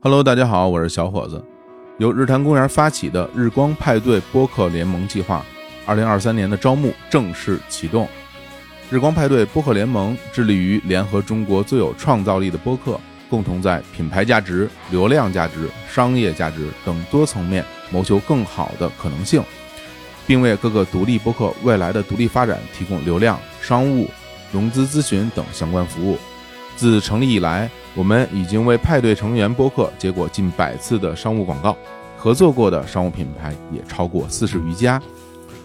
Hello，大家好，我是小伙子。由日坛公园发起的“日光派对”播客联盟计划，二零二三年的招募正式启动。日光派对播客联盟致力于联合中国最有创造力的播客，共同在品牌价值、流量价值、商业价值等多层面谋求更好的可能性，并为各个独立播客未来的独立发展提供流量、商务、融资咨询等相关服务。自成立以来，我们已经为派对成员播客接过近百次的商务广告，合作过的商务品牌也超过四十余家。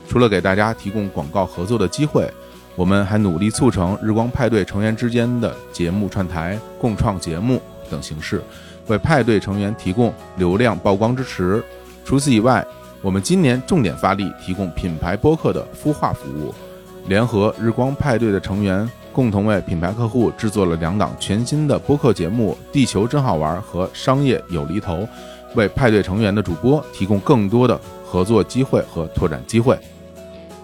除了给大家提供广告合作的机会，我们还努力促成日光派对成员之间的节目串台、共创节目等形式，为派对成员提供流量曝光支持。除此以外，我们今年重点发力提供品牌播客的孵化服务，联合日光派对的成员，共同为品牌客户制作了两档全新的播客节目《地球真好玩》和《商业有厘头》，为派对成员的主播提供更多的合作机会和拓展机会。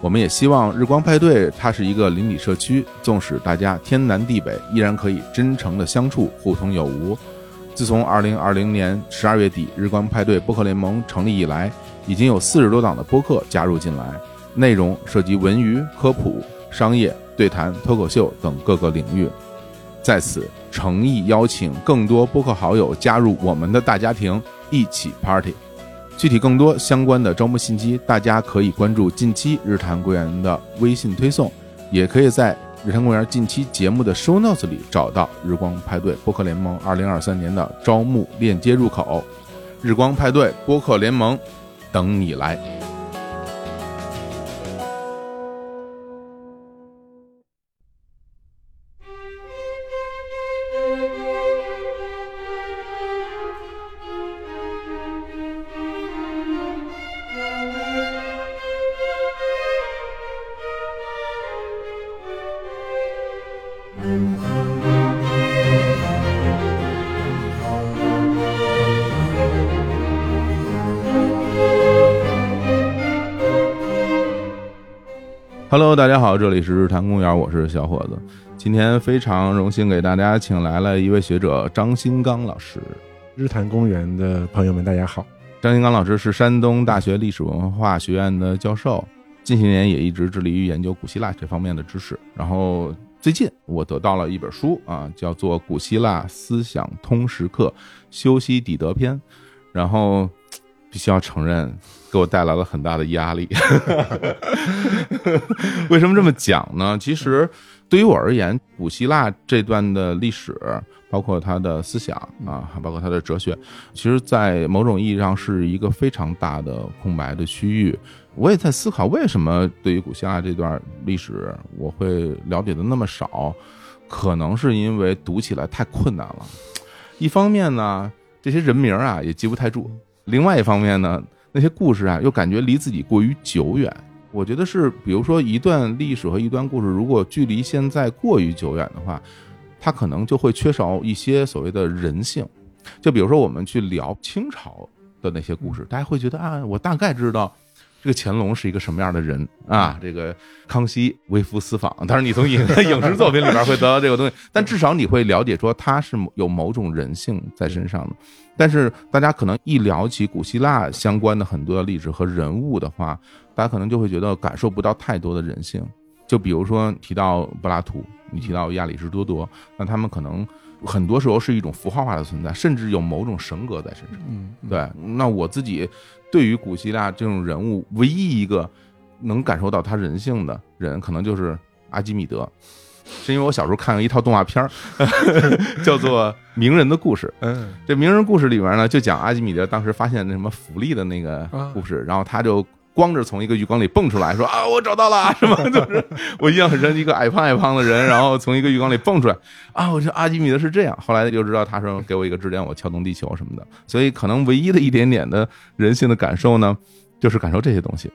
我们也希望日光派对它是一个邻里社区，纵使大家天南地北，依然可以真诚的相处，互通有无。自从2020年12月底日光派对播客联盟成立以来，已经有四十多档的播客加入进来，内容涉及文娱、科普、商业、对谈、脱口秀等各个领域。在此，诚意邀请更多播客好友加入我们的大家庭，一起 party。具体更多相关的招募信息，大家可以关注近期日坛公园的微信推送，也可以在日坛公园近期节目的 show notes 里找到日光派对播客联盟2023年的招募链接入口。日光派对播客联盟等你来。Hello，大家好，这里是日坛公园，我是小伙子。今天非常荣幸给大家请来了一位学者张新刚老师。日坛公园的朋友们，大家好。张新刚老师是山东大学历史文化学院的教授，近些年也一直致力于研究古希腊这方面的知识。然后最近我得到了一本书啊，叫做《古希腊思想通识课：修昔底德篇》，然后必须要承认，给我带来了很大的压力。为什么这么讲呢？其实对于我而言，古希腊这段的历史，包括它的思想啊，包括它的哲学，其实，在某种意义上是一个非常大的空白的区域。我也在思考，为什么对于古希腊这段历史，我会了解的那么少？可能是因为读起来太困难了。一方面呢，这些人名啊也记不太住；另外一方面呢，那些故事啊又感觉离自己过于久远。我觉得是，比如说一段历史和一段故事，如果距离现在过于久远的话，它可能就会缺少一些所谓的人性。就比如说我们去聊清朝的那些故事，大家会觉得啊，我大概知道这个乾隆是一个什么样的人啊，这个康熙微服私访。当然，你从影影视 作品里边会得到这个东西，但至少你会了解说他是有某种人性在身上的。但是大家可能一聊起古希腊相关的很多历史和人物的话，大家可能就会觉得感受不到太多的人性。就比如说提到柏拉图，你提到亚里士多德，那他们可能很多时候是一种符号化的存在，甚至有某种神格在身上。嗯，对，那我自己对于古希腊这种人物，唯一一个能感受到他人性的人，可能就是阿基米德，是因为我小时候看了一套动画片儿， 叫做《名人的故事》。嗯这名人故事里面呢，就讲阿基米德当时发现那什么浮力的那个故事，然后他就光着从一个浴缸里蹦出来，说啊，我找到了，什么就是我印象很深，一个矮胖矮胖的人，然后从一个浴缸里蹦出来，啊，我说阿基米德是这样，后来就知道他说给我一个支点，我撬动地球什么的，所以可能唯一的一点点的人性的感受呢，就是感受这些东西。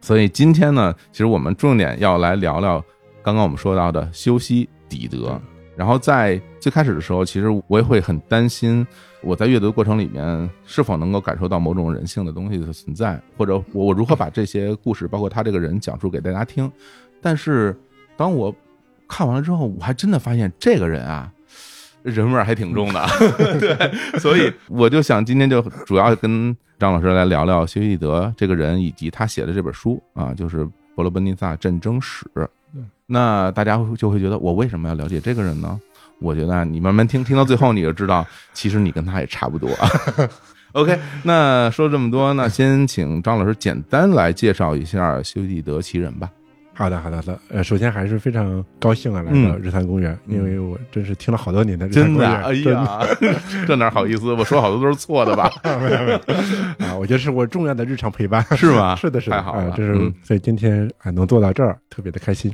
所以今天呢，其实我们重点要来聊聊刚刚我们说到的修昔底德。然后在最开始的时候，其实我也会很担心，我在阅读过程里面是否能够感受到某种人性的东西的存在，或者我我如何把这些故事，包括他这个人讲述给大家听。但是当我看完了之后，我还真的发现这个人啊，人味儿还挺重的，对，所以我就想今天就主要跟张老师来聊聊薛西德这个人以及他写的这本书啊，就是《伯罗奔尼撒战争史》。那大家就会觉得我为什么要了解这个人呢？我觉得啊你慢慢听，听到最后你就知道，其实你跟他也差不多。OK，那说这么多，那先请张老师简单来介绍一下修蒂德奇 人吧。好的，好的，好的。呃，首先还是非常高兴啊，来到日坛公园，嗯因为我真是听了好多年的日坛真公的园，啊，哎呀， 这哪好意思？我说好多都是错的吧？ 真的，没有没有啊，我觉得是我重要的日常陪伴， 是吗是的，是的，太好了啊这是、嗯所以今天啊能做到这儿，特别的开心。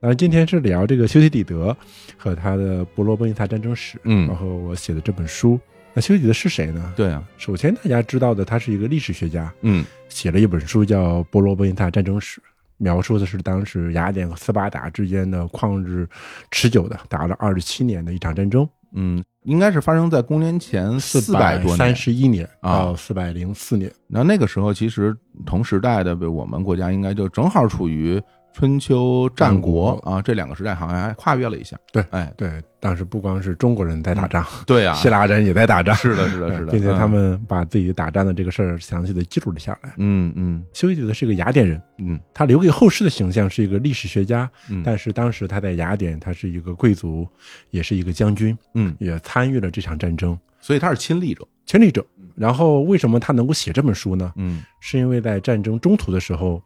当然，今天是聊这个修昔底德和他的《伯罗奔尼撒战争史》，嗯然后我写的这本书。那修昔底德是谁呢？对啊，首先大家知道的，他是一个历史学家，嗯写了一本书叫《波罗奔尼撒战争史》，描述的是当时雅典和斯巴达之间的旷日持久的，达了二十七年的一场战争，嗯，应该是发生在公元前四百百多三年。十一年啊到四百零四年，那那个时候，其实同时代的，比如我们国家应该就正好处于春秋战国战啊这两个时代，好像还跨越了一下。对哎，对，当时不光是中国人在打仗，对啊，希腊人也在打仗，是的，是的，是 的，并且他嗯，们把自己打仗的这个事儿详细的记录了下来。嗯嗯修昔底德是个雅典人，嗯他留给后世的形象是一个历史学家，嗯，但是当时他在雅典，他是一个贵族，也是一个将军，嗯，也参与了这场战争。所以他是亲历者。亲历者。然后为什么他能够写这本书呢？嗯是因为在战争中途的时候，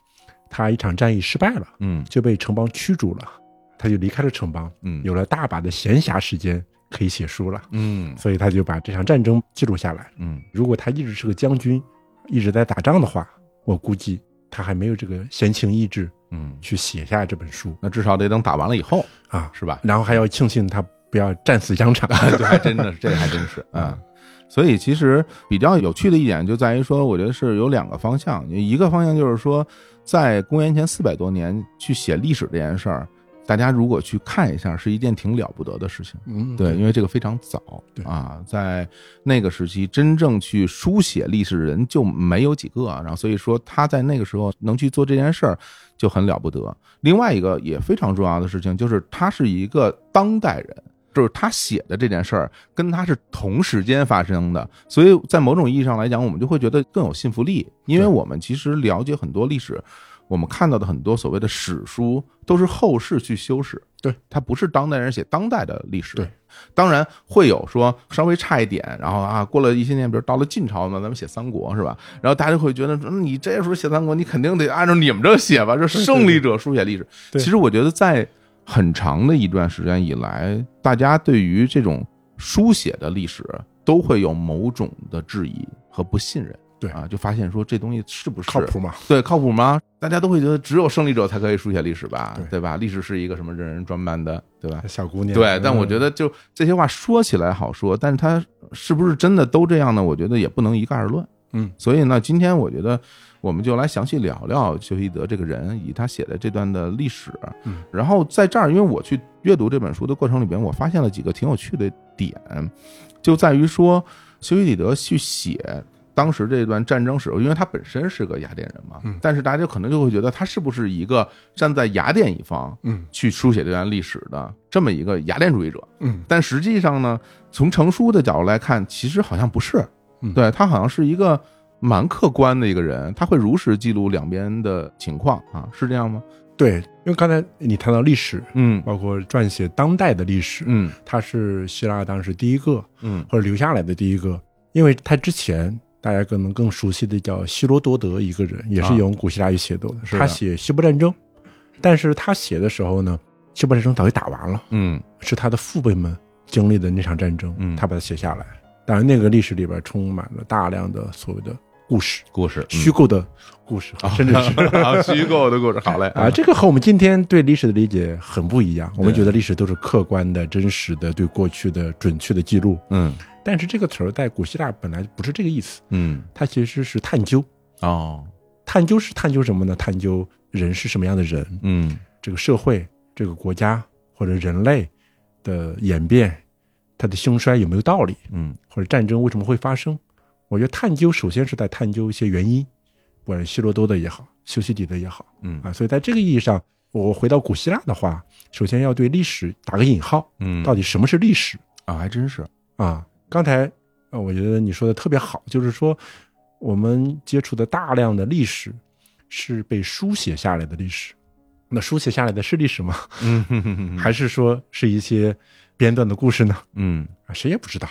他一场战役失败了，嗯就被城邦驱逐了，他就离开了城邦，嗯，有了大把的闲暇时间可以写书了，嗯所以他就把这场战争记录下来。嗯如果他一直是个将军，一直在打仗的话，我估计他还没有这个闲情逸致嗯，去写下这本书那至少得等打完了以后，啊。是吧？然后还要庆幸他不要战死 疆场。对，还真的是，这个还真是啊。所以其实比较有趣的一点就在于说，我觉得是有两个方向，一个方向就是说，在公元前四百多年去写历史这件事儿，大家如果去看一下，是一件挺了不得的事情。嗯，对，因为这个非常早对啊，在那个时期，真正去书写历史人就没有几个啊，然后所以说他在那个时候能去做这件事儿就很了不得。另外一个也非常重要的事情就是，他是一个当代人。就是他写的这件事儿跟他是同时间发生的，所以在某种意义上来讲，我们就会觉得更有信服力，因为对我们其实了解很多历史，我们看到的很多所谓的史书都是后世去修饰，对，它不是当代人写当代的历史，对当然会有说稍微差一点，然后啊，过了一些年，比如到了晋朝呢，咱们写三国是吧？然后大家就会觉得，嗯、你这时候写三国，你肯定得按照你们这写吧，这对胜利者书写历史。对其实我觉得，在很长的一段时间以来，大家对于这种书写的历史都会有某种的质疑和不信任。对啊，就发现说这东西是不是靠谱嘛？对，靠谱吗？大家都会觉得只有胜利者才可以书写历史吧，对对吧？历史是一个什么任人专办的，对吧？小姑娘。嗯对，但我觉得。得就这些话说起来好说，但是它是不是真的都这样呢？我觉得也不能一概而论。嗯，所以呢，今天我觉得我们就来详细聊聊修昔德这个人，以他写的这段的历史。嗯，然后在这儿，因为我去阅读这本书的过程里边，我发现了几个挺有趣的点，就在于说修昔底德去写。当时这段战争史，因为他本身是个雅典人嘛，嗯但是大家就可能就会觉得他是不是一个站在雅典一方，嗯去书写这段历史的这么一个雅典主义者。嗯，但实际上呢，从成书的角度来看，其实好像不是嗯，对他好像是一个蛮客观的一个人，他会如实记录两边的情况啊，是这样吗？对，因为刚才你谈到历史，嗯包括撰写当代的历史，嗯他是希腊当时第一个嗯或者留下来的第一个，因为他之前大家可能更熟悉的叫希罗多德一个人，也啊是用古希腊语写作的，是的他写希波战争，但是他写的时候呢，希波战争早就打完了，嗯是他的父辈们经历的那场战争，嗯他把它写下来。当然，那个历史里边充满了大量的所谓的故事，故事虚构的故事，甚至 是啊虚构的故事，好嘞啊，这个和我们今天对历史的理解很不一样。我们觉得历史都是客观的、真实的，对过去的准确的记录。嗯但是这个词儿在古希腊本来不是这个意思，嗯它其实是探究。哦探究是探究什么呢？探究人是什么样的人，嗯这个社会、这个国家或者人类的演变，它的兴衰有没有道理，嗯或者战争为什么会发生？我觉得探究首先是在探究一些原因，不管是希罗多德也好，修昔底德也好。嗯啊，所以在这个意义上，我回到古希腊的话，首先要对历史打个引号，嗯到底什么是历史？啊，还真是，啊，刚才呃，我觉得你说的特别好，就是说我们接触的大量的历史是被书写下来的历史，那书写下来的是历史吗？嗯哼哼哼还是说是一些编撰的故事呢？嗯啊，谁也不知道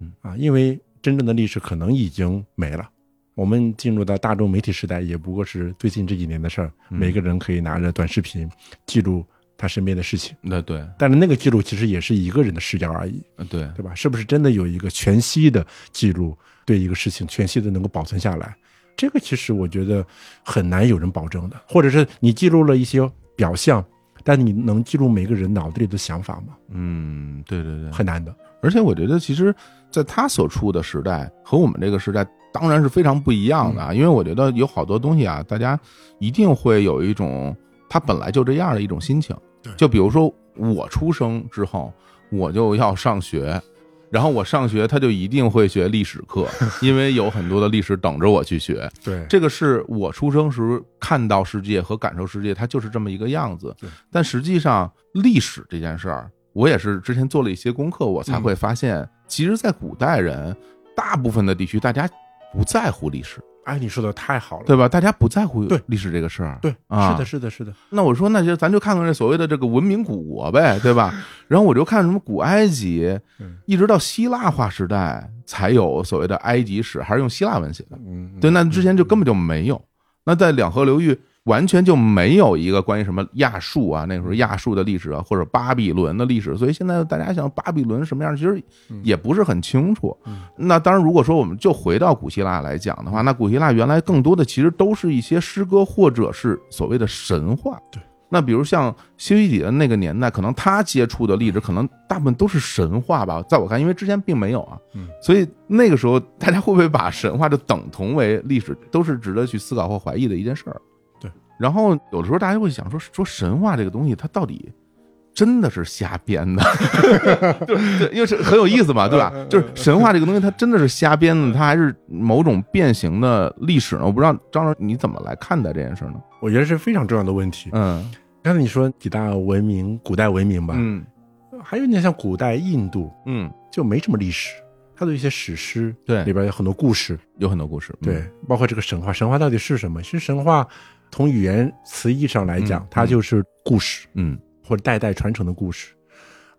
嗯，啊，因为真正的历史可能已经没了。我们进入到大众媒体时代，也不过是最近这几年的事儿。嗯每个人可以拿着短视频记录他身边的事情，那对但是那个记录其实也是一个人的视角而已。呃对，对吧？是不是真的有一个全息的记录，对一个事情全息的能够保存下来？这个其实我觉得很难有人保证的，或者是你记录了一些表象，但你能记录每个人脑子里的想法吗？嗯对对对，很难的。而且我觉得，其实在他所处的时代和我们这个时代当然是非常不一样的啊，因为我觉得有好多东西啊，大家一定会有一种他本来就这样的一种心情对。就比如说我出生之后，我就要上学。然后我上学，他就一定会学历史课，因为有很多的历史等着我去学。对这这个是我出生时看到世界和感受世界，它就是这么一个样子对。但实际上，历史这件事儿，我也是之前做了一些功课，我才会发现，其实，在古代人大部分的地区，大家不在乎历史，哎，你说的太好了。对吧？大家不在乎对历史这个事儿。对，啊是的，是的，是的，那我说，那就咱就看看这所谓的这个文明古国呗，对 吧？然后我就看什么古埃及嗯，一直到希腊化时代才有所谓的埃及史，还是用希腊文写的。嗯，对，嗯那之前就根本就没有。那在两河流域完全就没有一个关于什么亚述啊，那嗯个时候亚述的历史啊，或者巴比伦的历史，所以现在大家想巴比伦什么样，其实嗯也不是很清楚。那当然，如果说我们就回到古希腊来讲嗯的话，那古希腊原来更多的其实都是一些诗歌或者是所谓的神话。对。那比如像修昔底德那个年代，可能他接触的历史，可能大部分都是神话吧。在我看，因为之前并没有啊，所以那个时候，大家会不会把神话就等同为历史，都是值得去思考或怀疑的一件事儿。对。然后有的时候大家会想说，说神话这个东西，它到底真的是瞎编的？就是对因为是很有意思嘛，对吧？就是神话这个东西，它真的是瞎编的，它还是某种变形的历史呢？我不知道张老师你怎么来看待这件事呢？我觉得是非常重要的问题。嗯刚才你说几大文明，古代文明吧，嗯还有点像古代印度嗯，就没什么历史，它的一些史诗里对，边有很多故事，有很多故事。嗯对，，包括这个神话，神话到底是什么？其实神话从语言词义上来讲，嗯它就是故事嗯或者代代传承的故事。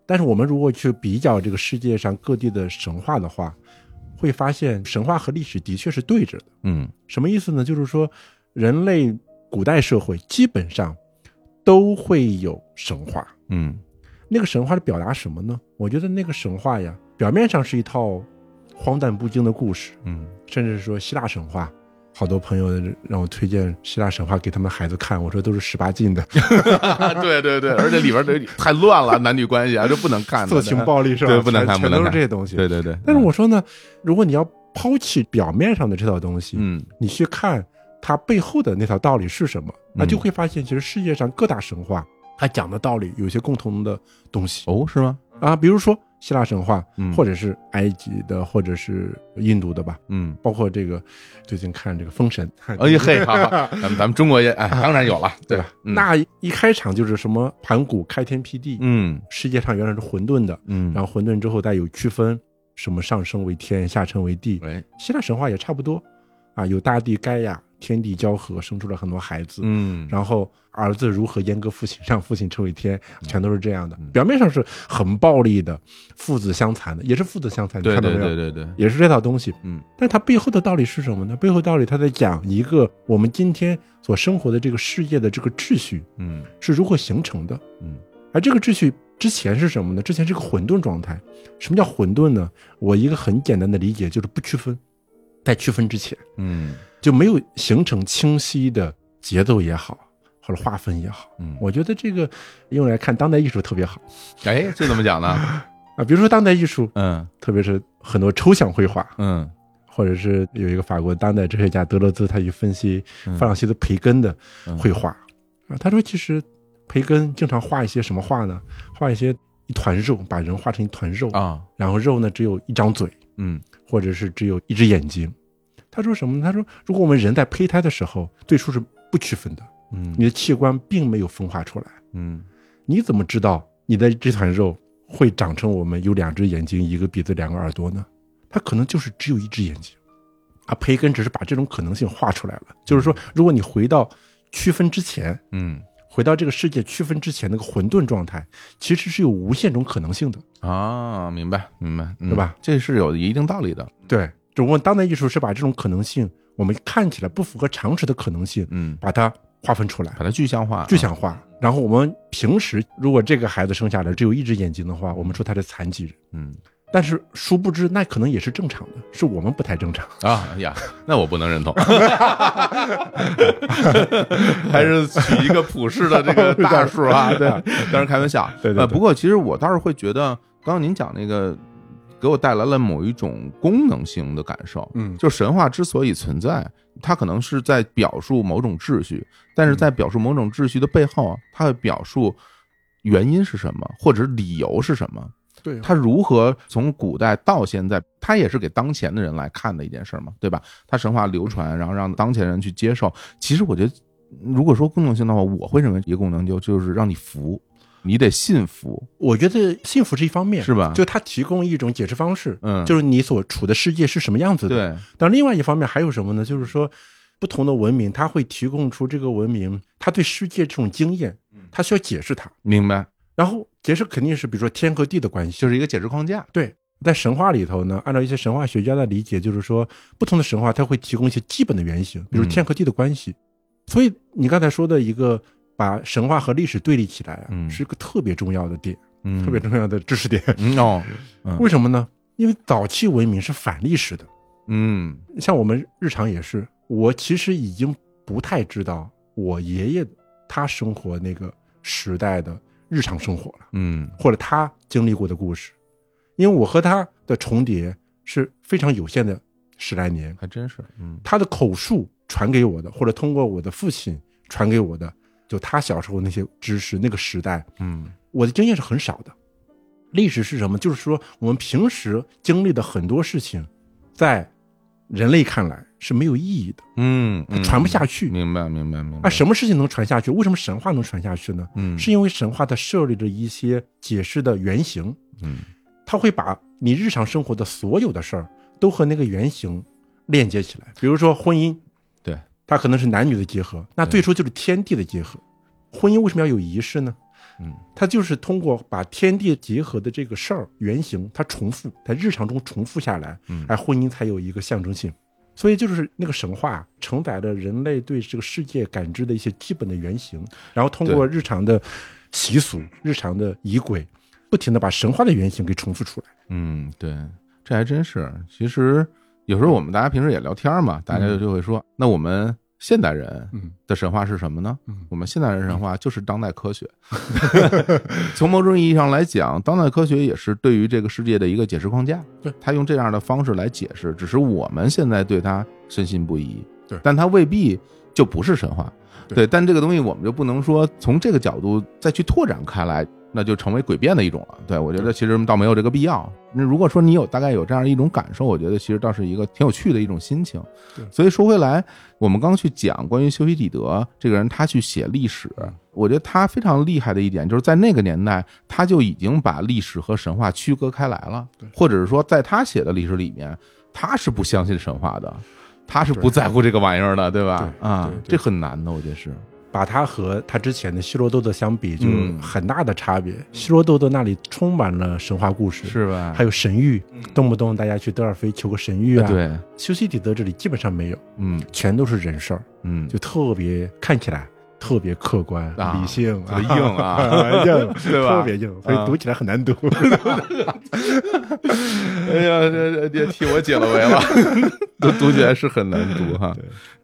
但是我们如果去比较这个世界上各地的神话的话，会发现神话和历史的确是对着的。嗯什么意思呢？就是说，人类古代社会基本上都会有神话。嗯那个神话是表达什么呢？我觉得那个神话呀，表面上是一套荒诞不经的故事，嗯甚至说希腊神话。好多朋友让我推荐希腊神话给他们孩子看，我说都是十八禁的，啊， 对对对，而且里边这太乱了，男女关系啊，这不能看的。色情暴力是吧？对不能看全不全能都是看这些东西。对对对，但是我说呢，如果你要抛弃表面上的这套东西，嗯你去看它背后的那条道理是什么，嗯那就会发现，其实世界上各大神话它讲的道理有一些共同的东西哦是吗？啊，比如说希腊神话，嗯或者是埃及的，或者是印度的吧，嗯，包括这个最近看这个《封神》， 哎嘿，好， 好咱们咱们中国也哎，当然有了，对吧吧？？嗯那一开场就是什么盘古开天辟地，嗯世界上原来是混沌的，嗯，然后混沌之后再有区分，什么上升为天，下沉为地。哎希腊神话也差不多啊，有大地盖亚，天地交合，生出了很多孩子。嗯，然后儿子如何阉割父亲，让父亲成为天，嗯全都是这样的。表面上是很暴力的，父子相残的，也是父子相残，你对看到对没有？对对对，也是这套东西，嗯，但它背后的道理是什么呢？背后道理，它在讲一个我们今天所生活的这个世界的这个秩序嗯是如何形成的，嗯而这个秩序之前是什么呢？之前是个混沌状态。什么叫混沌呢？我一个很简单的理解就是不区分，在区分之前嗯就没有形成清晰的节奏也好，或者划分也好。嗯，我觉得这个用来看当代艺术特别好哎，这怎么讲呢？ 啊，比如说当代艺术，嗯特别是很多抽象绘画，嗯或者是有一个法国当代哲学家德勒兹，他去分析嗯弗朗西斯培根的嗯绘画啊，他说其实培根经常画一些什么画呢？画一些一团肉，把人画成一团肉，啊然后肉呢只有一张嘴，嗯或者是只有一只眼睛。他说什么呢？他说如果我们人在胚胎的时候最初是不区分的，嗯你的器官并没有分化出来，嗯你怎么知道你的这团肉会长成我们有两只眼睛、一个鼻子、两个耳朵呢？它可能就是只有一只眼睛。啊，培根只是把这种可能性画出来了。就是说，如果你回到区分之前，嗯回到这个世界区分之前那个混沌状态，其实是有无限种可能性的。啊，明白明白，嗯对吧？这是有一定道理的，对，只不过当代艺术是把这种可能性，我们看起来不符合常识的可能性，嗯，把它划分出来，把它具象化，啊具象化。然后我们平时如果这个孩子生下来只有一只眼睛的话，我们说他是残疾人。嗯但是殊不知，那可能也是正常的，是我们不太正常。啊哎呀，那我不能 认同，还是取一个普世的这个大数 啊，对，当然开玩笑，对对对呃不过其实我倒是会觉得，刚刚您讲那个。给我带来了某一种功能性的感受，嗯就神话之所以存在，它可能是在表述某种秩序，但是在表述某种秩序的背后啊，它会表述原因是什么，或者理由是什么。对它如何从古代到现在，它也是给当前的人来看的一件事儿嘛，对吧？它神话流传，然后让当前人去接受。其实我觉得，如果说功能性的话，我会认为一个功能就就是让你服，你得信服，我觉得幸福是一方面，是吧就它提供一种解释方式，嗯就是你所处的世界是什么样子的。对，但另外一方面还有什么呢？就是说，不同的文明，它会提供出这个文明它对世界这种经验，嗯它需要解释它。明白，然后解释肯定是比如说天和地的关系。就是一个解释框架。对，在神话里头呢，按照一些神话学家的理解，就是说不同的神话它会提供一些基本的原型，比如嗯天和地的关系。所以你刚才说的一个把神话和历史对立起来啊，嗯是一个特别重要的点，嗯，特别重要的知识点。嗯哦，嗯 为什么呢？因为早期文明是反历史的。嗯像我们日常也是，我其实已经不太知道我爷爷他生活那个时代的日常生活了，嗯或者他经历过的故事，因为我和他的重叠是非常有限的十来年。还真是，嗯他的口述传给我的，或者通过我的父亲传给我的，就他小时候那些知识，那个时代嗯我的经验是很少的。历史是什么？就是说，我们平时经历的很多事情，在人类看来是没有意义的，嗯，它嗯传不下去。明白明白明白啊，什么事情能传下去？为什么神话能传下去呢？嗯是因为神话它设立了一些解释的原型，嗯它会把你日常生活的所有的事儿都和那个原型链接起来。比如说婚姻，对，它可能是男女的结合，那对最初就是天地的结合。婚姻为什么要有仪式呢？嗯，它就是通过把天地结合的这个事儿原型，它重复在日常中重复下来，嗯而婚姻才有一个象征性。所以就是那个神话承载了人类对这个世界感知的一些基本的原型，然后通过日常的习俗、日常的仪轨，不停的把神话的原型给重复出来。嗯，对，这还真是。其实有时候我们大家平时也聊天嘛，大家就就会说，那我们现代人嗯的神话是什么呢？嗯我们现代人神话就是当代科学。 从某种意义上来讲，当代科学也是对于这个世界的一个解释框架。对，他用这样的方式来解释，只是我们现在对他深信不疑。对但他未必就不是神话。对对，但这个东西我们就不能说从这个角度再去拓展开来，那就成为诡辩的一种了。对我觉得其实倒没有这个必要。那如果说你有大概有这样一种感受，我觉得其实倒是一个挺有趣的一种心情对。所以说回来，我们刚刚去讲关于修昔底德这个人，他去写历史，嗯我觉得他非常厉害的一点就是在那个年代，他就已经把历史和神话区隔开来了，或者是说在他写的历史里面，他是不相信神话的。他是不对在乎这个玩意儿的，对吧？对啊对，对这很难的，我觉得是。把它和他之前的希罗多德相比，就嗯很大的差别。希罗多德那里充满了神话故事，是吧？还有神域，动不动大家去德尔菲求个神域啊。，对，修昔底德这里基本上没有，嗯全都是人事儿，嗯，就特别看起来特别客观、啊理性、特别 硬啊 硬 对吧特别硬，所以啊读起来很难 读。哎呀，这这替我解了围了， 读读起来是很难读哈。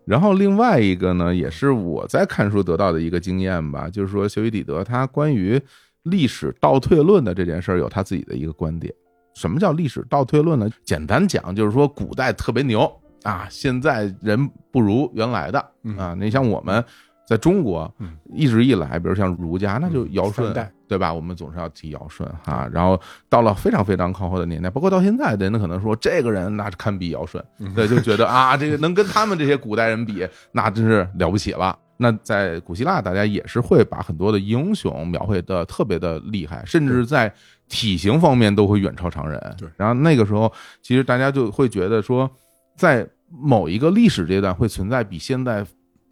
然后另外一个呢，也是我在看书得到的一个经验吧，就是说修昔底德他关于历史倒退论的这件事儿有他自己的一个观点。什么叫历史倒退论呢？简单讲就是说古代特别牛啊，现在人不如原来的嗯啊。你像我们在中国嗯一直以来，比如像儒家，那就尧三舜代对吧？我们总是要提尧舜哈。然后到了非常非常靠后的年代，包括到现在，人可能说这个人那嗯堪比尧舜，对，就觉得啊，这个能跟他们这些古代人比，那真是了不起了。那在古希腊，大家也是会把很多的英雄描绘的特别的厉害，甚至在体型方面都会远超常人。对然后那个时候，其实大家就会觉得说，在某一个历史阶段会存在比现在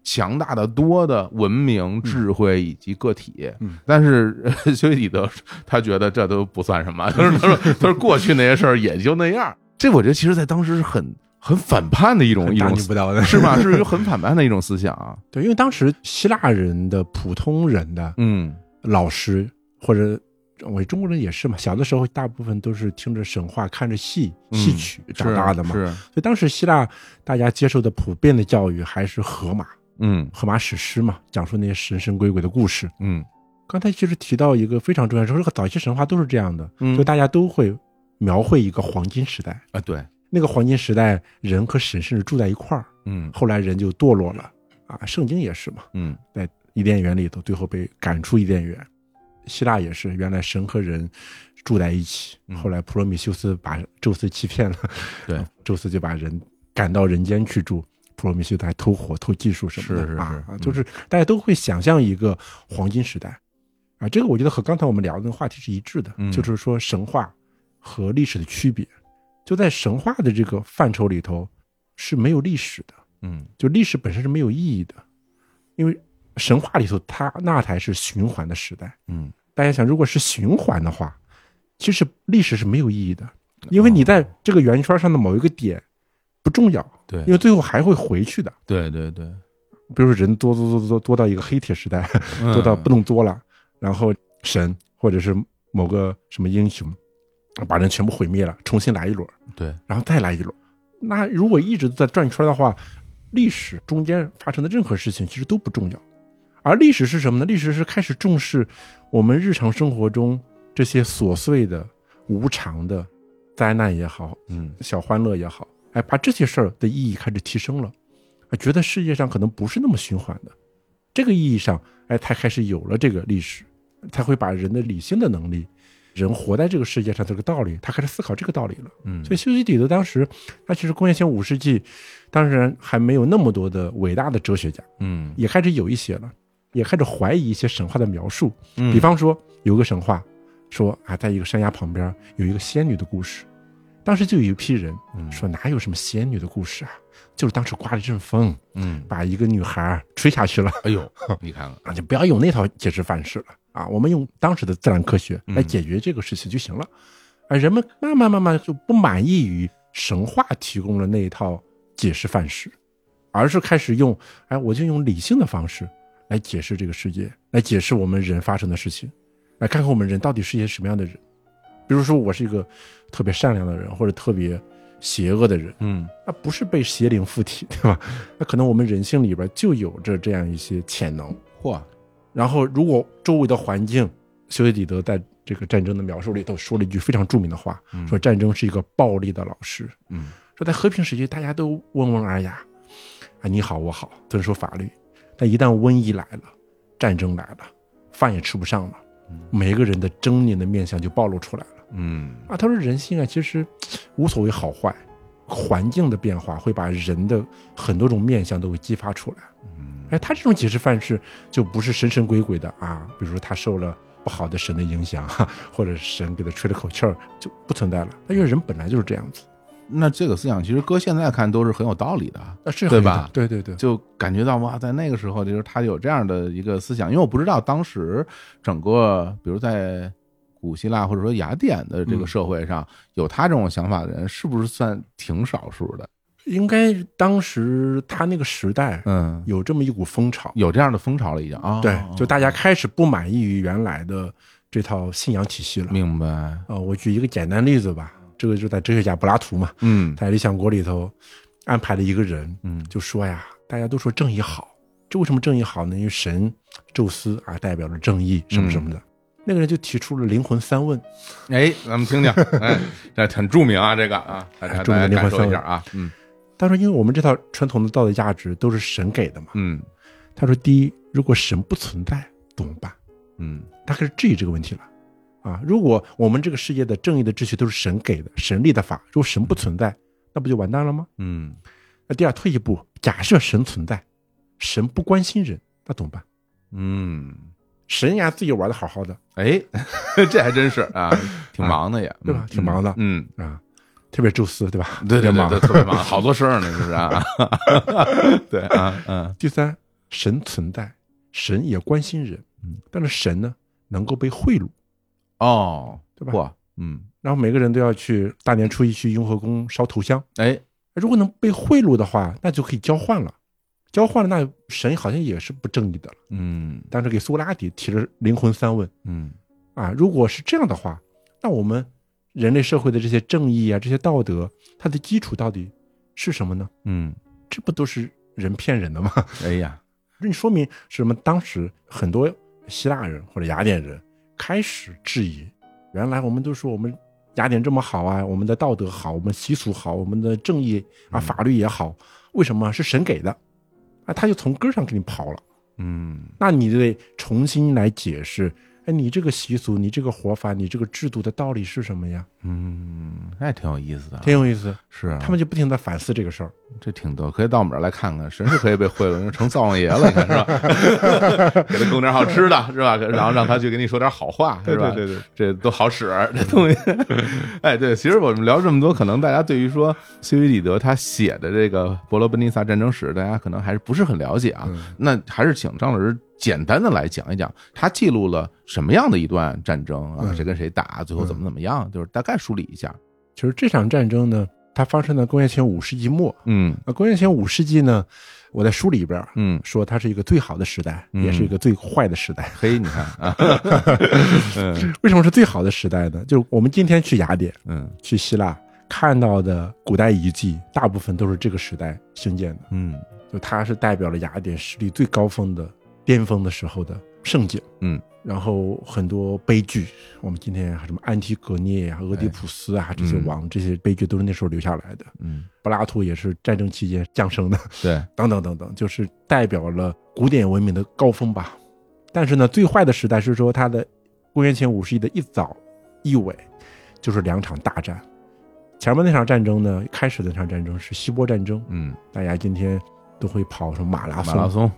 强大的多的文明、智慧以及个体。嗯但是呃修昔底德他觉得这都不算什么， 他说他说他说过去那些事儿也就那样。这我觉得其实，在当时是很很反叛的一种一 大种逆不道 的。是吧？是一个很反叛的一种思想啊。对，因为当时希腊人的普通人的嗯老师或者。我中国人也是嘛，小的时候大部分都是听着神话、看着戏、嗯戏曲长大的嘛，是，所以当时希腊大家接受的普遍的教育还是荷马，嗯荷马史诗嘛，讲述那些神神鬼鬼的故事。嗯刚才其实提到一个非常重要的，说这个早期神话都是这样的，嗯就大家都会描绘一个黄金时代。啊，对，那个黄金时代，人和神甚至住在一块儿，嗯后来人就堕落了啊。圣经也是嘛，嗯在伊甸园里头，最后被赶出伊甸园。希腊也是，原来神和人住在一起嗯，后来普罗米修斯把宙斯欺骗了， 对，宙斯就把人赶到人间去住。普罗米修斯还偷火、偷技术什么的是是是啊嗯，就是大家都会想象一个黄金时代啊。这个我觉得和刚才我们聊的那个话题是一致的，嗯就是说神话和历史的区别。就在神话的这个范畴里头是没有历史的，嗯就历史本身是没有意义的，因为神话里头它那才是循环的时代。嗯，大家想，如果是循环的话，其实历史是没有意义的，因为你在这个圆圈上的某一个点不重要，对因为最后还会回去的。对对对，比如说人多多多多多到一个黑铁时代，嗯多到不能多了，然后神或者是某个什么英雄把人全部毁灭了，重新来一轮，嗯对，然后再来一轮。那如果一直在转圈的话，历史中间发生的任何事情其实都不重要。而历史是什么呢？历史是开始重视我们日常生活中这些琐碎的、无常的灾难也好，嗯小欢乐也好，哎，把这些事儿的意义开始提升了，啊，觉得世界上可能不是那么循环的，这个意义上，哎，才开始有了这个历史，才会把人的理性的能力，人活在这个世界上这个道理，他开始思考这个道理了。嗯，所以修昔底德当时，他其实公元前五世纪，当然还没有那么多的伟大的哲学家，嗯也开始有一些了，也开始怀疑一些神话的描述，嗯，比方说有个神话说啊，在一个山崖旁边有一个仙女的故事，当时就有一批人嗯说哪有什么仙女的故事啊，就是当时刮了一阵风，嗯，把一个女孩吹下去了，哎呦，你看看，啊，就不要用那套解释范式了啊，我们用当时的自然科学来解决这个事情就行了。啊，人们慢慢慢慢就不满意于神话提供的那一套解释范式，而是开始用哎，我就用理性的方式来解释这个世界，来解释我们人发生的事情，来看看我们人到底是一些什么样的人。比如说，我是一个特别善良的人，或者特别邪恶的人，嗯那不是被邪灵附体，对吧？那可能我们人性里边就有着这样一些潜能。嚯，然后，如果周围的环境，修昔底德在这个战争的描述里头说了一句非常著名的话，嗯说战争是一个暴力的老师。嗯说在和平时期，大家都温文尔雅，啊，你好我好，遵守法律。但一旦瘟疫来了，战争来了，饭也吃不上了嗯，每个人的狰狞的面相就暴露出来了。嗯啊，他说人性啊，其实无所谓好坏，环境的变化会把人的很多种面相都会激发出来。嗯哎，他这种解释范式就不是神神鬼鬼的啊，比如说他受了不好的神的影响， 哈或者神给他吹了口气儿，就不存在了。他因为人本来就是这样子，那这个思想其实搁现在看都是很有道理的啊。那是对很吧对对对，就感觉到哇，在那个时候，就是他有这样的一个思想，因为我不知道当时整个，比如在古希腊或者说雅典的这个社会上，有他这种想法的人，是不是算挺少数的？应该当时他那个时代嗯，有这么一股风潮，有这样的风潮了已经啊。对，就大家开始不满意于原来的这套信仰体系了。明白，呃，我举一个简单例子吧，这个就在哲学家柏拉图嘛，嗯在理想国里头安排了一个人，嗯就说呀，大家都说正义好，这为什么正义好呢？因为神宙斯啊代表了正义什么什么的。那个人就提出了灵魂三问，哎，咱们听 听，哎，这很著名啊，这个啊，大家哎著名大家的灵感魂受一三下啊，嗯他说，因为我们这套传统的道德价值都是神给的嘛。嗯他说，第一，如果神不存在怎么办？嗯他开始质疑这个问题了。啊，如果我们这个世界的正义的秩序都是神给的、神立的法，如果神不存在，那不就完蛋了吗？嗯那第二，退一步，假设神存在，神不关心人，那怎么办？嗯，神呀，自己玩的好好的，哎， 这还真是啊，挺忙的也，对吧嗯挺忙的嗯，啊，特别宙斯，对吧？对对特别对忙对，特别忙， 好多事儿呢，就是 啊，对啊， 嗯第三，神存在，神也关心人，嗯，但是神呢，能够被贿赂，哦，对吧嚯，嗯，然后每个人都要去大年初一去雍和宫烧头香，哎，如果能被贿赂的话，那就可以交换了。交换了，那神好像也是不正义的了。嗯当时给苏格拉底提了灵魂三问嗯啊，如果是这样的话，那我们人类社会的这些正义啊，这些道德，它的基础到底是什么呢？嗯，这不都是人骗人的吗？ 哎呀，那你说明什么？当时很多希腊人或者雅典人开始质疑，原来我们都说我们雅典这么好啊，我们的道德好，我们习俗好，我们的正义啊，嗯法律也好，为什么是神给的？啊，他就从根儿上给你刨了，嗯那你就得重新来解释。哎，你这个习俗，你这个活法，你这个制度的道理是什么呀？嗯，那挺有意思的啊，挺有意思，是啊他们就不停的反思这个事儿。这挺逗，可以到我们这儿来看看，神是可以被贿赂，成灶王爷了，你看是 吧？给他供点好吃的，是吧？然后让他去给你说点好话，是吧？对，这都好使， 这东西。哎，对，其实我们聊这么多，可能大家对于说西维里德他写的这个《伯罗奔尼撒战争史》，大家可能还是不是很了解啊。嗯那还是请张老师简单的来讲一讲，他记录了什么样的一段战争啊？嗯谁跟谁打，最后怎么怎么样，就是大概梳理一下。其实这场战争呢，它发生在公元前五世纪末，嗯啊，公元前五世纪呢，我在书里边儿嗯，说它是一个最好的时代，嗯也是一个最坏的时代。 嘿，你看啊，嗯为什么是最好的时代呢？就是我们今天去雅典、嗯去希腊看到的古代遗迹，大部分都是这个时代兴建的，嗯就它是代表了雅典实力最高峰的巅峰的时候的盛景。嗯。然后很多悲剧，我们今天啊什么安提格涅啊、俄狄浦斯啊、这些哎嗯王，这些悲剧都是那时候留下来的。嗯，柏拉图也是战争期间降生的，对，等等等等，就是代表了古典文明的高峰吧。但是呢，最坏的时代是说它的公元前五世纪的一早一尾，就是两场大战。前面那场战争呢，开始的那场战争是希波战争，嗯，大家今天都会跑什么马拉马松，拉松。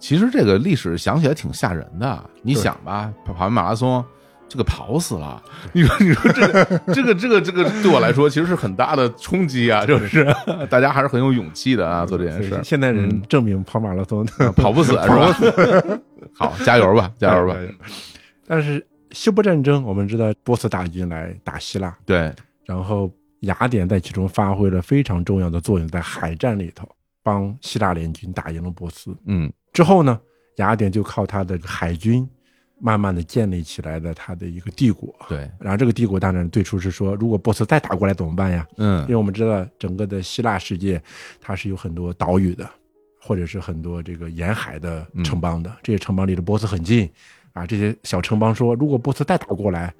其实这个历史想起来挺吓人的，你对想吧，跑跑完马拉松。这个跑死了，你说你说这个这个这个这个对我来说其实是很大的冲击啊，就是 大家还是很有勇气的啊，做这件所事以现在人嗯证明跑马拉 松、跑不死是吧？ 好，加油吧，加 油吧！哎但是希波战争，我们知道波斯大军来打希腊，对，然后雅典在其中发挥了非常重要的作用，在海战里头帮希腊联军打赢了波斯。嗯之后呢，雅典就靠他的海军，慢慢的建立起来的他的一个帝国。对，然后这个帝国当然最初是说，如果波斯再打过来怎么办呀？因嗯为我们知道整个的希腊世界，它是有很多岛屿的，或者是很多这个沿海的嗯城邦的，这些城邦离着波斯很近，啊，这些小城邦说，如果波斯再打过来，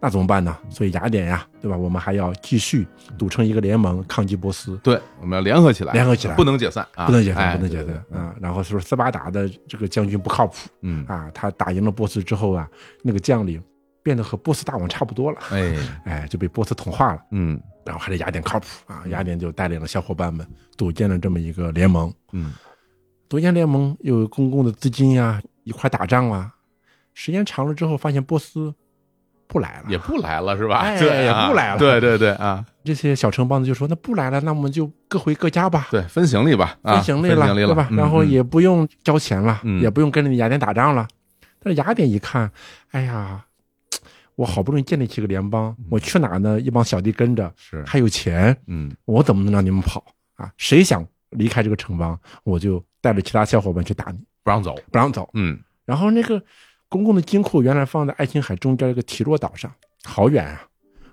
那怎么办呢？所以雅典呀，对吧？我们还要继续组成一个联盟抗击波斯，对，我们要联合起来，联合起来不能解散啊，不能解哎散，不能解散，啊！然后说斯巴达的这个将军不靠谱嗯，啊，他打赢了波斯之后啊，那个将领变得和波斯大王差不多了，哎，哎，就被波斯同化了。嗯然后还是雅典靠谱啊，雅典就带领了小伙伴们组建了这么一个联盟。嗯组建联盟又有公共的资金呀、一块打仗啊。时间长了之后，发现波斯不来了，也不来了是吧？哎对啊也不来了对对对啊，这些小城邦子就说：“那不来了，那我们就各回各家吧，对，分行李吧，啊分行李了，行李对吧？嗯然后嗯也不用交钱了，嗯也不用跟着你雅典打仗了。但是雅典一看，哎呀，我好不容易建立起个联邦，嗯我去哪呢？一帮小弟跟着，是，还有钱，嗯我怎么能让你们跑啊？谁想离开这个城邦，我就带着其他小伙伴去打你，不让走，不让走。嗯然后那个公共的金库原来放在爱琴海中间一个提洛岛上，好远啊，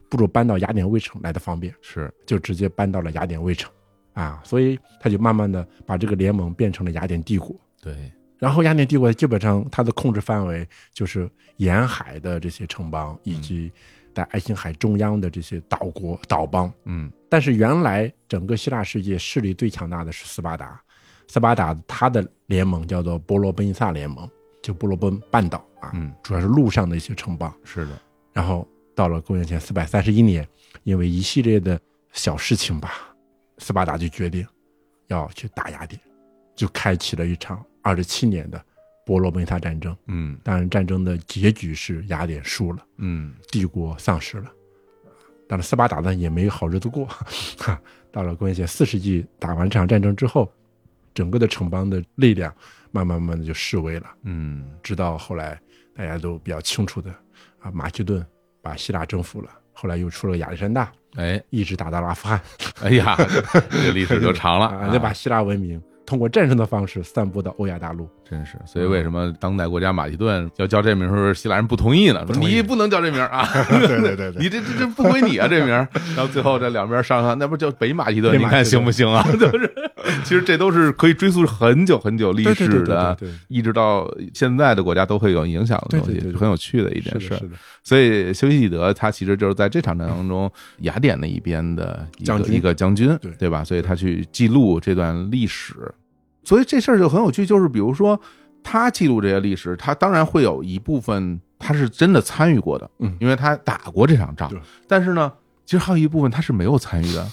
不如搬到雅典卫城来的方便，是，就直接搬到了雅典卫城啊。所以他就慢慢的把这个联盟变成了雅典帝国。对，然后雅典帝国基本上它的控制范围就是沿海的这些城邦，以及在爱琴海中央的这些岛国岛邦。嗯但是原来整个希腊世界势力最强大的是斯巴达，斯巴达它的联盟叫做波罗奔尼撒联盟，就波罗奔半岛啊，嗯，主要是陆上的一些城邦。是的，然后到了公元前四百三十一年，因为一系列的小事情吧，斯巴达就决定要去打雅典，就开启了一场二十七年的波罗奔尼撒战争。嗯当然，战争的结局是雅典输了，嗯帝国丧失了。当然，斯巴达呢也没好日子过。哈，到了公元前四世纪，打完这场战争之后，整个的城邦的力量慢慢慢慢的就式微了。嗯直到后来大家都比较清楚的啊，马其顿把希腊征服了，后来又出了亚历山大，哎一直打到了阿富汗，哎 呀，这历史就长了，啊，就把希腊文明通过战争的方式散布到欧亚大陆。真是，所以为什么当代国家马其顿要叫这名儿时候，希腊人不同意呢？说同意你不能叫这名儿啊！ 对对对对你这这这不归你啊，这名 儿。然后最后这两边商量，那不叫北马其顿？北你马其顿看行不行啊？ 就是，其实这都是可以追溯很久很久 历对对史对的，对对一直到现在的国家都会有影响的东对西对对，对很有趣的一是件的，事儿是。的，所以修昔底德他其实就是在这场战争中雅典那一边的一个将军一个将军，对对吧？所以他去记录这段历史，所以这事儿就很有趣，就是比如说他记录这些历史，他当然会有一部分他是真的参与过的，嗯因为他打过这场仗对，但是呢。其实还有一部分他是没有参与 的，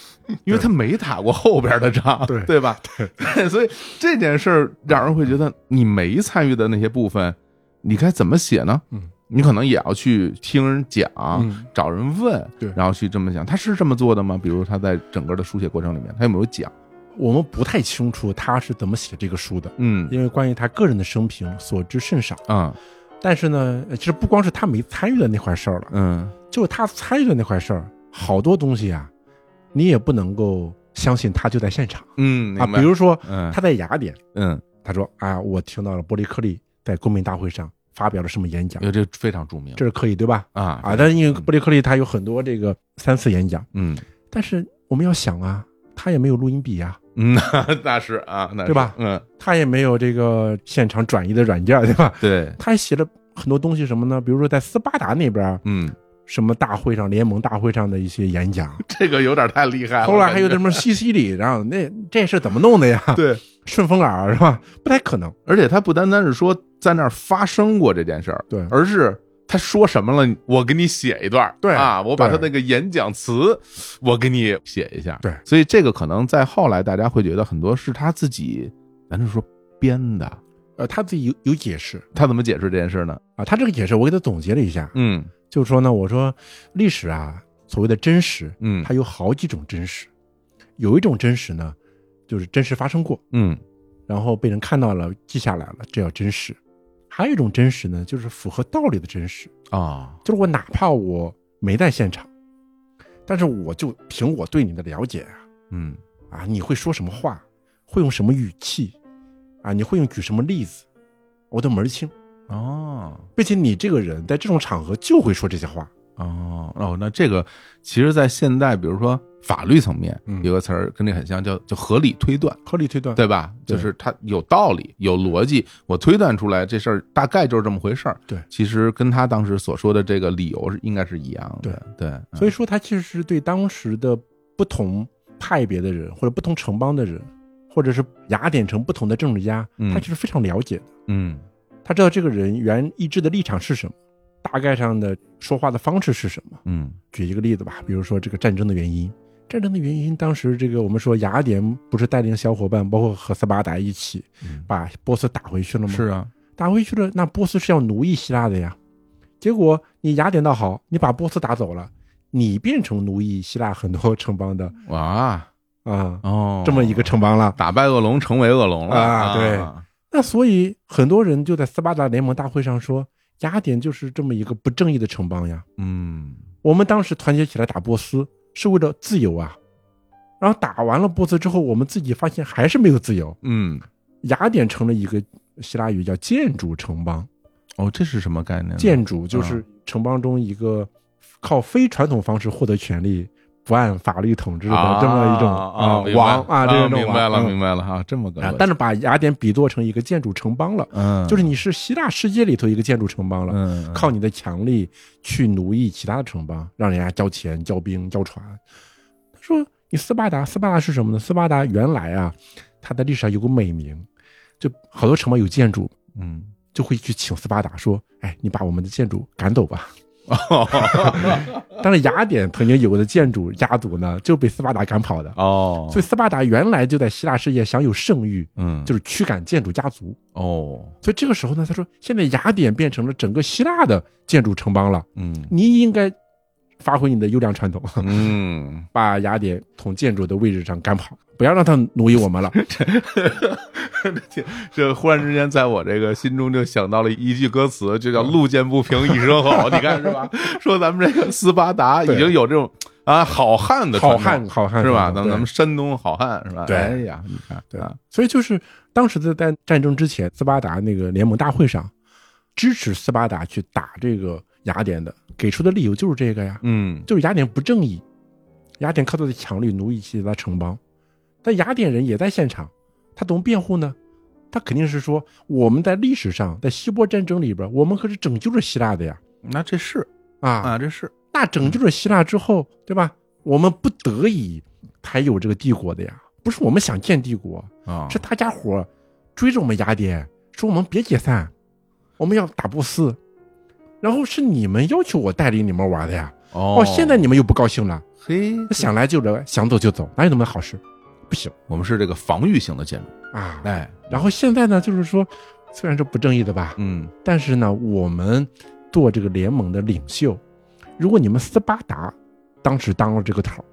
因为他没打过后边的仗，对对吧？对， 所以这件事儿让人会觉得你没参与的那些部分，你该怎么写呢？嗯，你可能也要去听人讲，嗯找人问，对然后去这么想，他是这么做的吗？比如他在整个的书写过程里面，他有没有讲？我们不太清楚他是怎么写这个书的，嗯因为关于他个人的生平所知甚少。啊但是呢，呃其实不光是他没参与的那块事儿了，嗯就他参与的那块事儿，好多东西啊，你也不能够相信他就在现场嗯啊。明白比如说嗯他在雅典，嗯，他说啊，我听到了伯利克利在公民大会上发表了什么演讲因，为这非常著名这是可以对吧？嗯啊啊，但是因为伯利克利他有很多这个三次演讲，嗯但是我们要想啊，他也没有录音笔啊，嗯， 那是啊，那是对吧嗯，他也没有这个现场转移的软件，对吧？对，他还写了很多东西什么呢？比如说在斯巴达那边嗯，什么大会上、联盟大会上的一些演讲，这个有点太厉害了。后来还有哎感什么西西里，然后那这是怎么弄的呀？觉对，顺风耳是吧？不太可能，而且他不单单是说在那儿发生过这件事儿，对而是他说什么了，我给你写一段儿，对啊，我把他对那个演讲词，我给你写一下，对所以这个可能在后来大家会觉得很多是他自己，咱就说编的，呃，他自己有有解释他怎么解释这件事呢？啊，他这个解释我给他总结了一下，嗯就是说呢，我说历史啊，所谓的真实，嗯它有好几种真实，有一种真实呢，就是真实发生过，嗯然后被人看到了，记下来了，这叫真实；还有一种真实呢，就是符合道理的真实，啊就是我哪怕我没在现场，但是我就凭我对你的了解啊，嗯啊，你会说什么话，会用什么语气，啊，你会用举什么例子，我都门儿清。哦。并且你这个人在这种场合就会说这些话，哦哦，那这个其实，在现代，比如说法律层面，嗯有个词儿跟这很像，叫叫合理推断。合理推断，对吧？就对是它有道理、有逻辑，我推断出来这事儿大概就是这么回事儿。对其实跟他当时所说的这个理由是应该是一样的。对，嗯所以说，他其实是对当时的不同派别的人，或者不同城邦的人，或者是雅典城不同的政治家，嗯他其实非常了解的。嗯他知道这个人原意志的立场是什么，大概上的说话的方式是什么。嗯举一个例子吧，比如说这个战争的原因。战争的原因，当时这个我们说雅典不是带领小伙伴，包括和斯巴达一起嗯把波斯打回去了吗？是啊，打回去了，那波斯是要奴役希腊的呀。结果你雅典倒好，你把波斯打走了，你变成奴役希腊很多城邦的哇啊、哦，这么一个城邦了。打败恶龙成为恶龙了啊对那所以很多人就在斯巴达联盟大会上说，雅典就是这么一个不正义的城邦呀。嗯我们当时团结起来打波斯是为了自由啊，然后打完了波斯之后，我们自己发现还是没有自由，嗯，雅典成了一个希腊语叫建筑城邦。哦，这是什么概念呢？建筑嗯就是啊城邦中一个靠非传统方式获得权利、不按法律统治的这么一种啊明白王啊，这种明白了王明嗯白了哈，这么个逻啊辑，但是把雅典比作成一个建筑城邦了，嗯，就是你是希腊世界里头一个建筑城邦了，嗯靠你的强力去奴役其他的城邦，让人家交钱、交兵、交船。他说：“你斯巴达，斯巴达是什么呢？斯巴达原来啊，它在历史上有个美名，就好多城邦有建筑，嗯就会去请斯巴达说：‘哎，你把我们的建筑赶走吧。但是雅典曾经有过的建筑家族呢，就被斯巴达赶跑的。哦，所以斯巴达原来就在希腊世界享有盛誉，嗯，就是驱赶建筑家族。哦，所以这个时候呢，他说现在雅典变成了整个希腊的建筑城邦了，嗯你应该发挥你的优良传统， 嗯，把雅典从建筑的位置上赶跑，不要让他奴役我们了。 这忽然之间，在我这个心中就想到了一句歌词，就叫“路见不平一声 吼”，你看是吧？说咱们这个斯巴达已对经有这种啊好汉的好传统汉，好汉是吧？对咱咱们山东好汉是吧？对哎呀，你看，对啊，所以就是当时的在战争之前，斯巴达那个联盟大会上，支持斯巴达去打这个雅典的，给出的理由就是这个呀，嗯就是雅典不正义，雅典靠他的强力奴役其他城邦，但雅典人也在现场，他怎么辩护呢？他肯定是说我们在历史上，在希波战争里边，我们可是拯救了希腊的呀，那这是啊，啊，这是那拯救了希腊之后，对吧？我们不得已才有这个帝国的呀，不是我们想建帝国，啊，是大家伙儿追着我们雅典，说我们别解散，我们要打波斯。然后是你们要求我带领你们玩的呀。哦哦，现在你们又不高兴了，嘿，想来就来，想走就走，哪有那么好事？不行我们是这个防御型的建筑，啊！哎，然后现在呢，就是说，虽然这不正义的吧，嗯但是呢，我们做这个联盟的领袖，如果你们斯巴达当时当了这个头儿，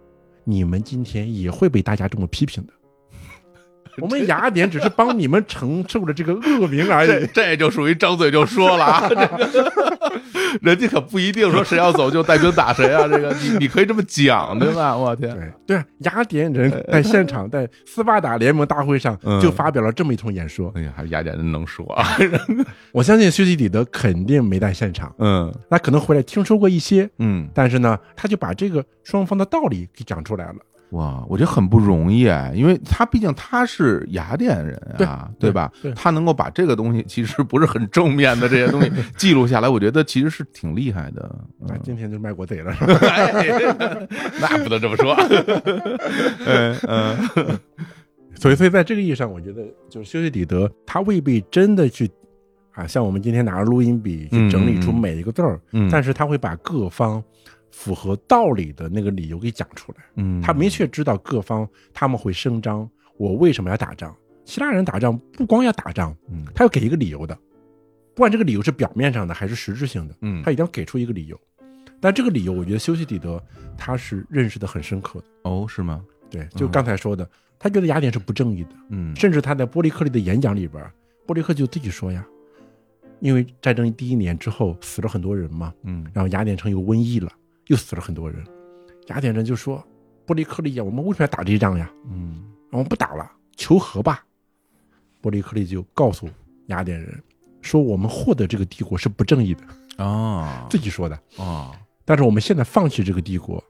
你们今天也会被大家这么批 评的。我们雅典只是帮你们承受了这个恶名而这已。这就属于张嘴就说了啊，这 个人家可不一定说谁要走就带兵打谁啊，这个你你可以这么讲对吧？我天，对对啊，雅典人在现场在斯巴达联盟大会上嗯就发表了这么一通演说。哎呀，还是雅典人能说啊，我相信修昔底德肯定没在现场， 嗯他可能回来听说过一些，嗯，但是呢，他就把这个双方的道理给讲出来了。哇，我觉得很不容易哎，因为他毕竟他是雅典人啊，对对吧对？他能够把这个东西其实不是很正面的这些 东西记录下来，我觉得其实是挺厉害的。嗯那啊今天就卖国贼了，是吧？ 哎那不能这么说。啊 嗯 嗯所以，所以在这个意义上，我觉得就是修昔底德他未必真的去啊，像我们今天拿着录音笔去整理出嗯嗯嗯每一个字儿，嗯但是他会把各方符合道理的那个理由给讲出来。嗯他明确知道各方他们会声张，我为什么要打仗？希腊人打仗不光要打仗，嗯他要给一个理由的，不管这个理由是表面上的还是实质性的，嗯他一定要给出一个理由。但这个理由，我觉得修昔底德他是认识的很深刻的。哦是吗？对，就刚才说的，他觉得雅典是不正义的，嗯甚至他在波利克利的演讲里边，波利克就自己说呀，因为战争第一年之后死了很多人嘛，嗯然后雅典城有瘟疫了，又死了很多人。雅典人就说：“伯利克利呀，我们为什么要打这一仗呀？嗯我们不打了，求和吧。”伯利克利就告诉雅典人说：“我们获得这个帝国是不正义的，啊自己说的。啊但是我们现在放弃这个帝国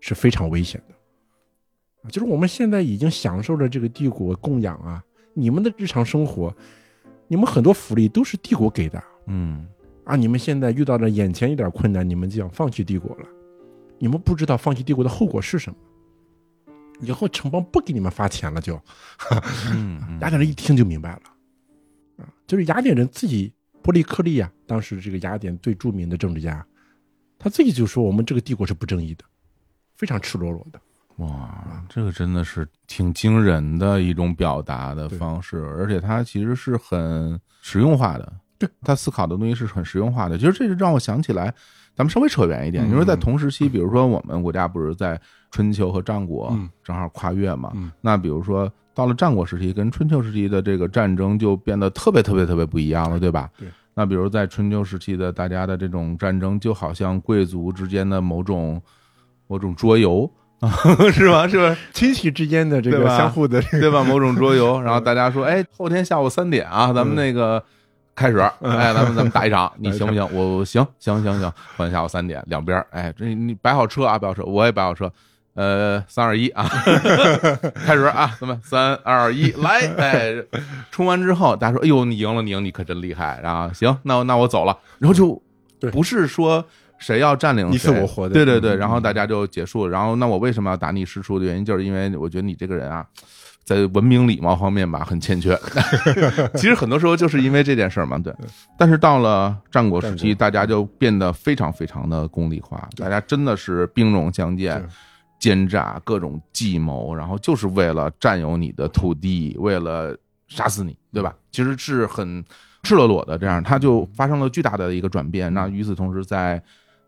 是非常危险的，就是我们现在已经享受了这个帝国供养啊，你们的日常生活，你们很多福利都是帝国给的。”嗯啊，你们现在遇到了眼前一点困难，你们就想放弃帝国了，你们不知道放弃帝国的后果是什么。以后城邦不给你们发钱了就，嗯雅典人一听就明白了，啊，就是雅典人自己，伯利克利啊，当时这个雅典最著名的政治家，他自己就说我们这个帝国是不正义的，非常赤裸裸的。嗯哇，这个真的是挺惊人的一种表达的对方式，而且它其实是很实用化的。对，他思考的东西是很实用化的。其实这就让我想起来，咱们稍微扯远一点，嗯因为在同时期，比如说我们国家不是在春秋和战国嗯正好跨越嘛，嗯那比如说到了战国时期跟春秋时期的这个战争就变得特别特别特别不一样了，对吧？对。那比如在春秋时期的大家的这种战争，就好像贵族之间的某种某种桌游。 是吧？是吧？亲戚之间的这对个吧相 互的这个对吧？某种桌游，然后大家说，哎，后天下午三点啊，咱们那个开始，哎，咱们咱们打一场，你行不行？我我行行行行，后天下午三点，两边儿，哎，这你摆好车啊，摆好车，我也摆好车。呃，三二一啊， 开始啊，咱们三二一来，哎，冲完之后，大家说，哎呦，你赢了，你赢，你可真厉害，然后行，那那我走了，然后就对不是说谁要占领你死谁我活的对对对，嗯然后大家就结束了。然后那我为什么要打你师叔的原因，就是因为我觉得你这个人啊，在文明礼貌方面吧很欠缺。 其实很多时候就是因为这件事儿嘛，对。但是到了战国时战期，大家就变得非常非常的功利化，大家真的是兵戎相见对。奸诈各种计谋，然后就是为了占有你的土地，为了杀死嗯你，对吧？其实是很赤裸裸的这样，它就发生了巨大的一个转嗯变。那与此同时在，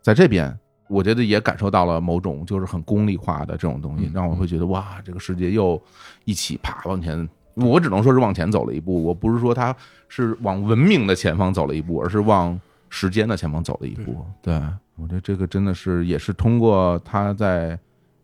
在这边，我觉得也感受到了某种就是很功利化的这种东西嗯，让我会觉得哇，这个世界又一起啪往前。我只能说是往前走了一步，我不是说它是往文明的前方走了一步，而是往时间的前方走了一步。对，我觉得这个真的是也是通过他在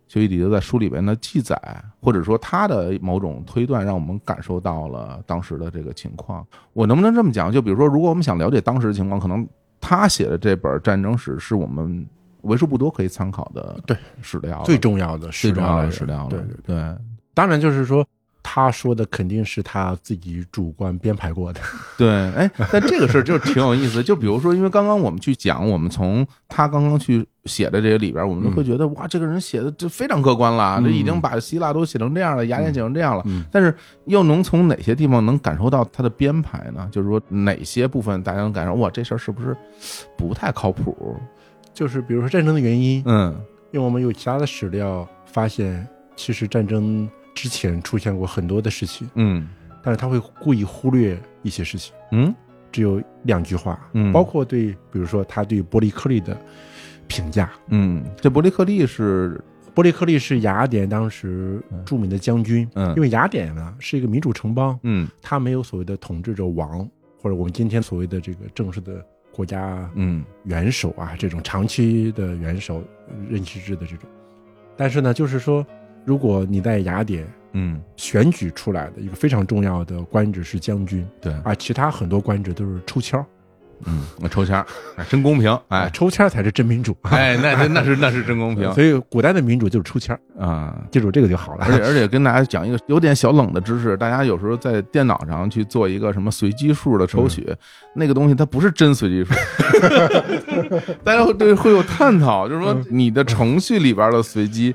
修伊底德在书里边的记载，或者说他的某种推断，让我们感受到了当时的这个情况。我能不能这么讲？就比如说，如果我们想了解当时的情况，可能他写的这本战争史是我们为数不多可以参考的对史料了，最重要的史最重料要来的源史料了。对对对，对当然就是说。他说的肯定是他自己主观编排过的， 对，哎，但这个事儿就挺有 意思。就比如说，因为刚刚我们去讲，我们从他刚刚去写的这些里边，我们就会觉得、哇，这个人写的这非常客观了，这已经把希腊都写成这样了，雅典写成这样了。嗯但是又能从哪些地方能感受到他的编排呢？就是说哪些部分大家能感受哇，这事儿是不是不太靠谱？就是比如说战争的原因，嗯因为我们有其他的史料发现，其实战争之前出现过很多的事情，嗯但是他会故意忽略一些事情，嗯只有两句话，嗯包括对，比如说他对伯利克利的评价。嗯，这伯利克利是伯利克利是雅典当时著名的将军，嗯因为雅典呢是一个民主城邦，嗯它没有所谓的统治者王，或者我们今天所谓的这个正式的国家嗯元首啊，这种长期的元首任期制的这种。但是呢，就是说，如果你在雅典嗯选举出来的一个非常重要的官职是将军，对而其他很多官职都是抽签儿，啊嗯，啊我抽签儿，哎真公平 哎。抽签儿才是真民主。哎，那那那是那是真公平所以古代的民主就是抽签儿，啊！记住这个就好了 而。且而且跟大家讲一个有点小冷的知识，大家有时候在电脑上去做一个什么随机数的抽取，那个东西它不是真随 机数，大家会对会有探讨，就是说你的程序里边的随机。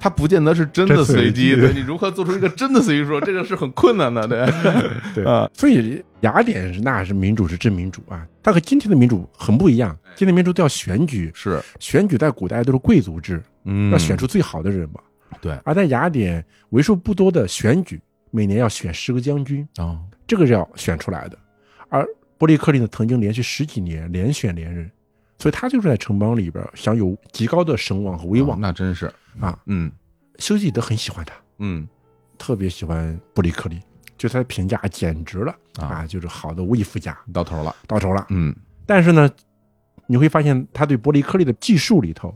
它不见得是真的真随随机，机对你如何做出一个真的随机数，这个是很困难的， 对，对啊，所以雅典是那是民主是真民主啊，它和今天的民主很不一样。哎今天民主都要选举，是，选举在古代都是贵族制，嗯，要选出最好的人嘛。对而在雅典为数不多的选举，每年要选十个将军，哦，这个是要选出来的。而伯利克利呢，曾经连续十几年连选连任，所以他就是在城邦里边享有极高的声望和威哦望那真是，啊。嗯修昔底德很喜欢他，嗯特别喜欢伯利克利，就他的评价简直了啊啊，就是好的无以复加，到头了，到头了。嗯但是呢，你会发现他对伯利克利的技术里头，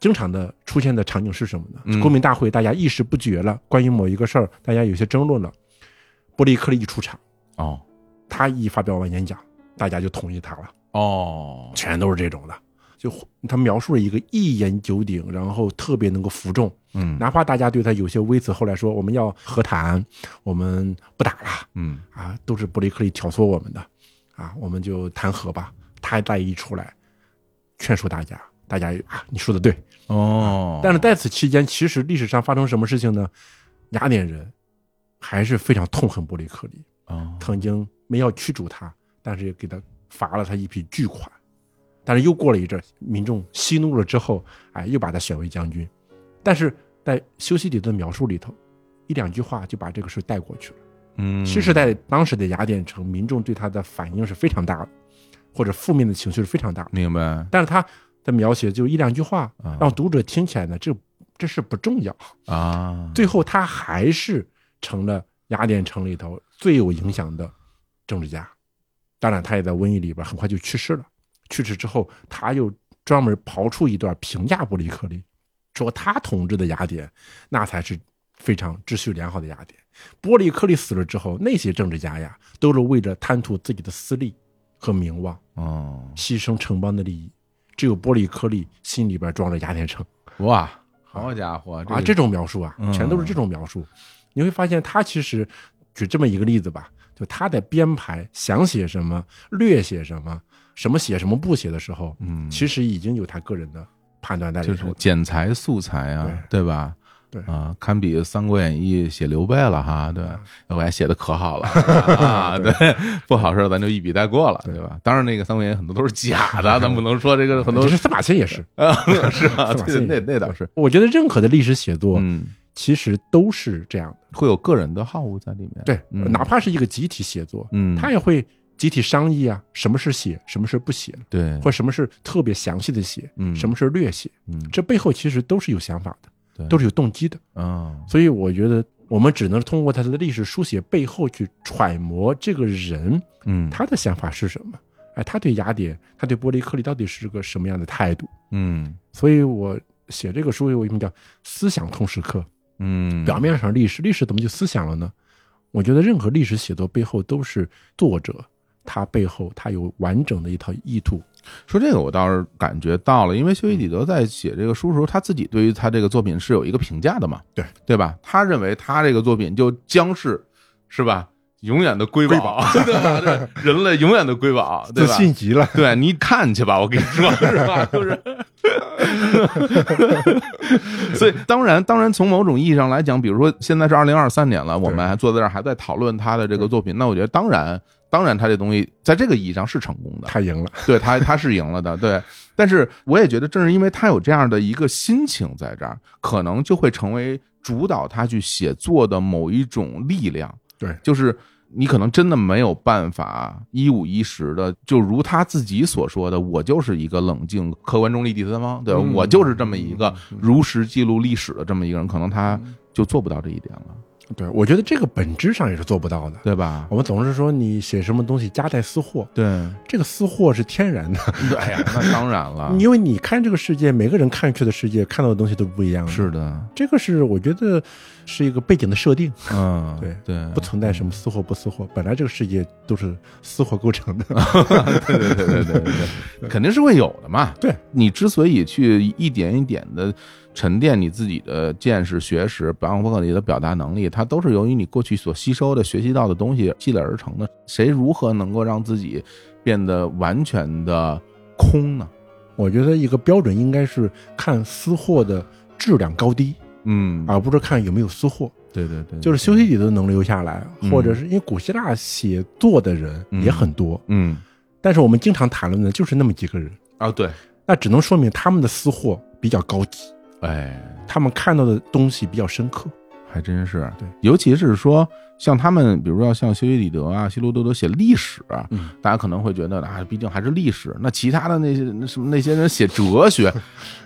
经常的出现的场景是什么呢？嗯公民大会大家意识不决了，关于某一个事儿大家有些争论了，伯利克利一出场，哦他一发表完演讲，大家就同意他了，哦，全都是这种的。就他描述了一个一言九鼎，然后特别能够服众，嗯哪怕大家对他有些微词，后来说我们要和谈，我们不打了，嗯啊，都是伯利克利挑唆我们的，啊，我们就谈和吧。他再一出来，劝说大家，大家啊，你说的对。哦，但是在此期间，其实历史上发生什么事情呢？雅典人还是非常痛恨伯利克利，哦曾经没要驱逐他，但是也给他罚了他一笔巨款。但是又过了一阵儿，民众息怒了之后，哎，又把他选为将军。但是在修昔底德的描述里头，一两句话就把这个事儿带过去了。嗯，其实，在当时的雅典城，民众对他的反应是非常大的，或者负面的情绪是非常大的。明白，但是他的描写就一两句话啊，让读者听起来呢，这这事不重要。啊，最后，他还是成了雅典城里头最有影响的政治家。当然，他也在瘟疫里边很快就去世了。去世之后，他又专门刨出一段评价伯利克利，说他统治的雅典那才是非常秩序良好的雅典。伯利克利死了之后，那些政治家呀，都是为了贪图自己的私利和名望，哦，牺牲城邦的利益。只有伯利克利心里边装着雅典城。哇，好家伙啊，这种描述啊嗯，全都是这种描述。你会发现，他其实举这么一个例子吧，就他在编排想写什么、略写什么、什么写什么不写的时候，嗯其实已经有他个人的判断在就里是头。剪裁素材啊，对吧？对啊，堪比《三国演义》写刘备了哈，对，我还写的可好了 啊，嗯对，不好事儿咱就一笔带过了，对吧？当然，那个《三国演义》很多都是假 的，咱不能说这个很多其实司马迁也是，啊， 是吧？司马对迁那也那倒是，我觉得任何的历史写作嗯，其实都是这样的，会有个人的好恶在里面，对，呃嗯哪怕是一个集体写作，嗯，他也会集体商议啊，什么是写，什么是不写，对，或什么是特别详细的写，嗯什么是略写，嗯，这背后其实都是有想法的，对都是有动机的。嗯，所以我觉得我们只能通过他的历史书写背后去揣摩这个人嗯，他的想法是什么，哎，他对雅典，他对伯利克利到底是个什么样的态度？嗯所以我写这个书，我为什么叫思想通识课？嗯，表面上历史，历史怎么就思想了呢？我觉得任何历史写作背后都是作者他背后他有完整的一套意图。说这个我倒是感觉到了，因为修伊底德在写这个书的时候，他自己对于他这个作品是有一个评价的嘛，对对吧？他认为他这个作品就将是是吧，永远的瑰宝，瑰 对吧？对，人类永远的瑰宝，对吧？极了，对你看去吧，我跟你说，是吧？就是， 所以当然，当然，从某种意义上来讲，比如说现在是二零二三年了，我们还坐在这儿还在讨论他的这个作品，那我觉得当然，当然，他这东西在这个意义上是成功的，他赢了。对他他是赢了的，对。但是我也觉得，正是因为他有这样的一个心情在这儿，可能就会成为主导他去写作的某一种力量。对就是你可能真的没有办法一五一十的，就如他自己所说的，我就是一个冷静、客观中立第三方，对吧、嗯我就是这么一个如实记录历史的这么一个人，可能他就做不到这一点了，对，我觉得这个本质上也是做不到的。对吧？我们总是说你写什么东西夹带私货，对， 这个私货是天然的，哎呀，那当然了，因为你看这个世界，每个人看去的世界看到的东西都不一样的。是的，这个是我觉得是一个背景的设定，嗯，对对，不存在什么私货不私货，本来这个世界都是私货构成的。嗯对对对对对对对，肯定是会有的嘛。对你之所以去一点一点的沉淀你自己的见识、学识，包括你的表达能力，它都是由于你过去所吸收的、学习到的东西积累而成的。谁如何能够让自己变得完全的空呢？ 我觉得一个标准应该是看私货的质量高低，嗯，而不是看有没有私货。对对对，就是修昔底德能留下来，嗯或者是因为古希腊写作的人也很多，嗯但是我们经常谈论的就是那么几个人，啊，对，那只能说明他们的私货比较高级，哎，他们看到的东西比较深刻。还真是，对，尤其是说像他们，比如说像修昔底德啊、希罗多德写历史啊，嗯大家可能会觉得啊，毕竟还是历史。那其他的那些那什么那些人写哲 学，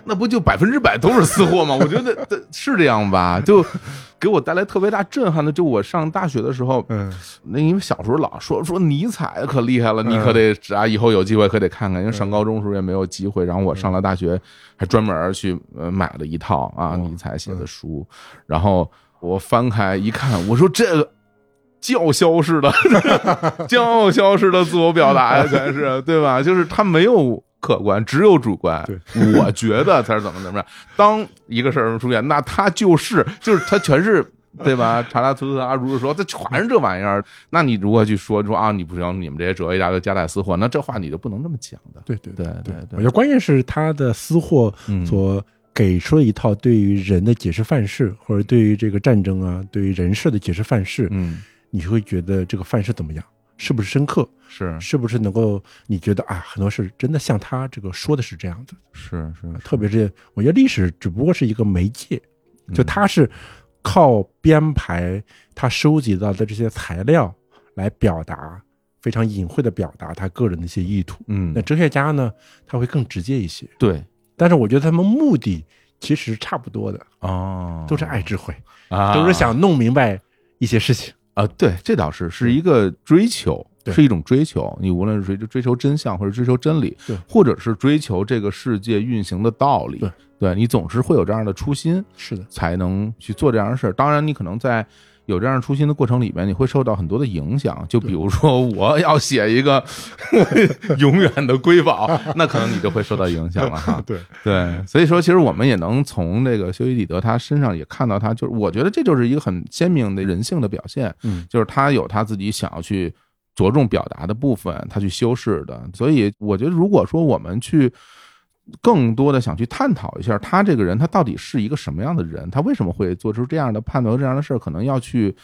那不就百分之百都是私货吗？我觉得这是这样吧，就给我带来特别大震撼的。就我上大学的时候，嗯，那因为小时候老说说尼采可厉害了，你可得啊，以后有机会可得看看。因为上高中时候也没有机会，然后我上了大学，还专门去呃买了一套啊哦尼采写的书，然后我翻开一看，我说这个。叫嚣式的， 叫嚣式的自我表达呀，全是对吧？就是他没有客观，只有主观。我觉得他是怎么怎么样。当一个事儿出现，那他就是就是他全是对吧？查拉图斯阿如是说，这全是这玩意儿。那你如果去说说啊，你不行，你们这些哲学家都夹带私货，那这话你就不能这么讲的。对对对对我对觉，得关键是他的私货嗯所给出了一套对于人的解释范式，或者对于这个战争啊、对于人事的解释范式，嗯，你会觉得这个范式怎么样？是不是深刻？是是不是能够你觉得啊，很多事真的像他这个说的是这样子？是是，特别是我觉得历史只不过是一个媒介，就嗯它是靠编排他收集到的这些材料来表达，非常隐晦的表达他个人的一些意图。嗯那，哲学家呢，他会更直接一些，对但是我觉得他们目的其实差不多的，哦，都是爱智慧，啊，都是想弄明白一些事情。啊，对，这倒是是一个追求，对是一种追求。你无论是追求追求真相，或者追求真理对，或者是追求这个世界运行的道理对，对你总是会有这样的初心，是的，才能去做这样的事儿。当然，你可能在有这样初心的过程里面，你会受到很多的影响。就比如说，我要写一个 永远的瑰宝，那可能你就会受到影响了哈。啊对，对，所以说，其实我们也能从这个修伊底德他身上也看到他，就是我觉得这就是一个很鲜明的人性的表现，嗯，就是他有他自己想要去着重表达的部分，他去修饰的。所以我觉得，如果说我们去更多的想去探讨一下他这个人，他到底是一个什么样的人，他为什么会做出这样的判断、这样的事儿，可能要去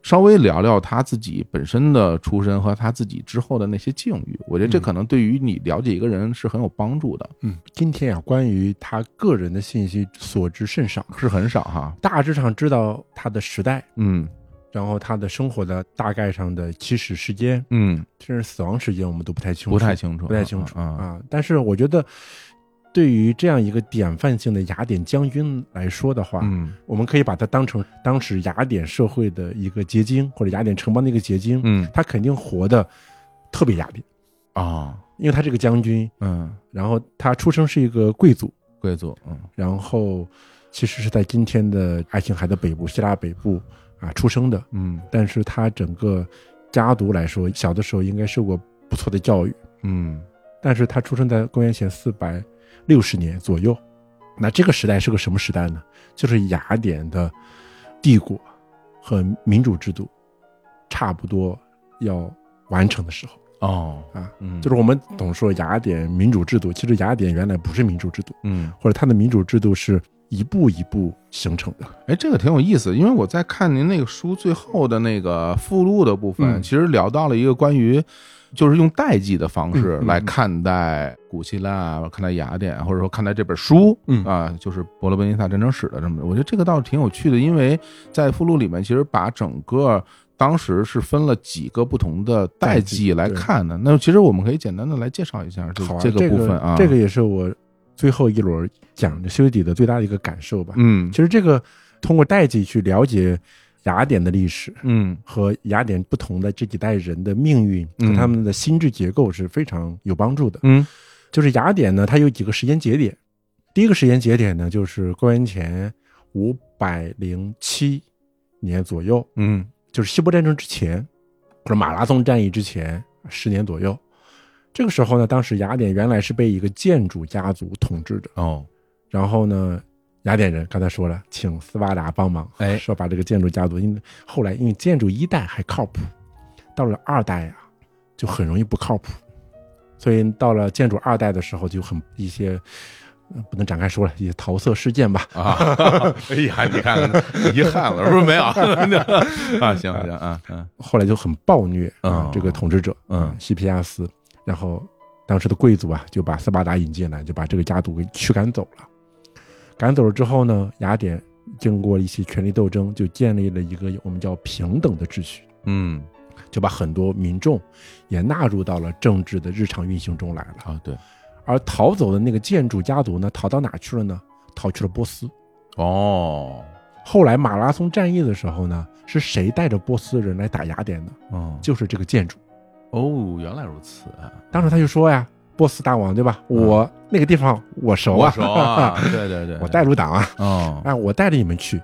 稍微聊聊他自己本身的出身和他自己之后的那些境遇。我觉得这嗯可能对于你了解一个人是很有帮助的，嗯，今天啊，关于他个人的信息所知甚少，是很少哈。大致上知道他的时代，嗯然后他的生活的大概上的起始时间，嗯，甚至死亡时间，我们都不太清楚，不太清楚，不太清楚啊。啊。但是我觉得，对于这样一个典范性的雅典将军来说的话，嗯我们可以把它当成当时雅典社会的一个结晶，或者雅典城邦的一个结晶。嗯他肯定活得特别雅典，啊因为他这个将军，嗯，然后他出生是一个贵族，贵族嗯然后其实是在今天的爱琴海的北部，希腊北部啊出生的。嗯但是他整个家族来说，小的时候应该受过不错的教育。嗯但是他出生在公元前四百六十年左右。那这个时代是个什么时代呢？就是雅典的帝国和民主制度差不多要完成的时候哦啊。嗯，就是我们总说雅典民主制度，其实雅典原来不是民主制度，嗯。或者它的民主制度是一步一步形成的。哎，这个挺有意思，因为我在看您那个书最后的那个附录的部分，嗯其实聊到了一个关于，就是用代际的方式嗯嗯来嗯看待古希腊、看待雅典，或者说看待这本书，嗯啊，就是《伯罗奔尼撒战争史》的这么，我觉得这个倒是挺有趣的，因为在附录里面其实把整个。当时是分了几个不同的代代际际来对看的，那其实我们可以简单的来介绍一下这好啊，这这个部分啊，这个也是我最后一轮讲的修底的最大的一个感受吧。嗯其实这个通过代际去了解雅典的历史嗯和雅典不同的这几代人的命运嗯和他们的心智结构是非常有帮助的。嗯就是雅典呢，它有几个时间节点，第一个时间节点呢就是公元前五百零七年左右，嗯就是希波战争之前，或者马拉松战役之前十年左右。这个时候呢，当时雅典原来是被一个建筑家族统治着，哦然后呢，雅典人刚才说了，请斯巴达帮忙，哎说把这个建筑家族，因为后来因为建筑一代还靠谱，到了二代啊，就很容易不靠谱，所以到了建筑二代的时候，就很一些。呃不能展开说了，一些桃色事件吧。 啊，哎呀，你看遗憾了，是不是没有啊？行行啊，嗯后来就很暴虐啊哦，这个统治者，嗯西皮亚斯，然后当时的贵族啊，就把斯巴达引进来，就把这个家族给驱赶走了。赶走了之后呢，雅典经过一些权力斗争，就建立了一个我们叫平等的秩序，嗯就把很多民众也纳入到了政治的日常运行中来了。啊，对，而逃走的那个建筑家族呢，逃到哪去了呢？逃去了波斯。哦，后来马拉松战役的时候呢，是谁带着波斯人来打雅典呢？哦，就是这个建筑。哦，原来如此啊，当时他就说呀，波斯大王对吧？嗯我那个地方我熟我啊，熟 啊，对对对，我带路党啊，哦，哎，我带着你们去，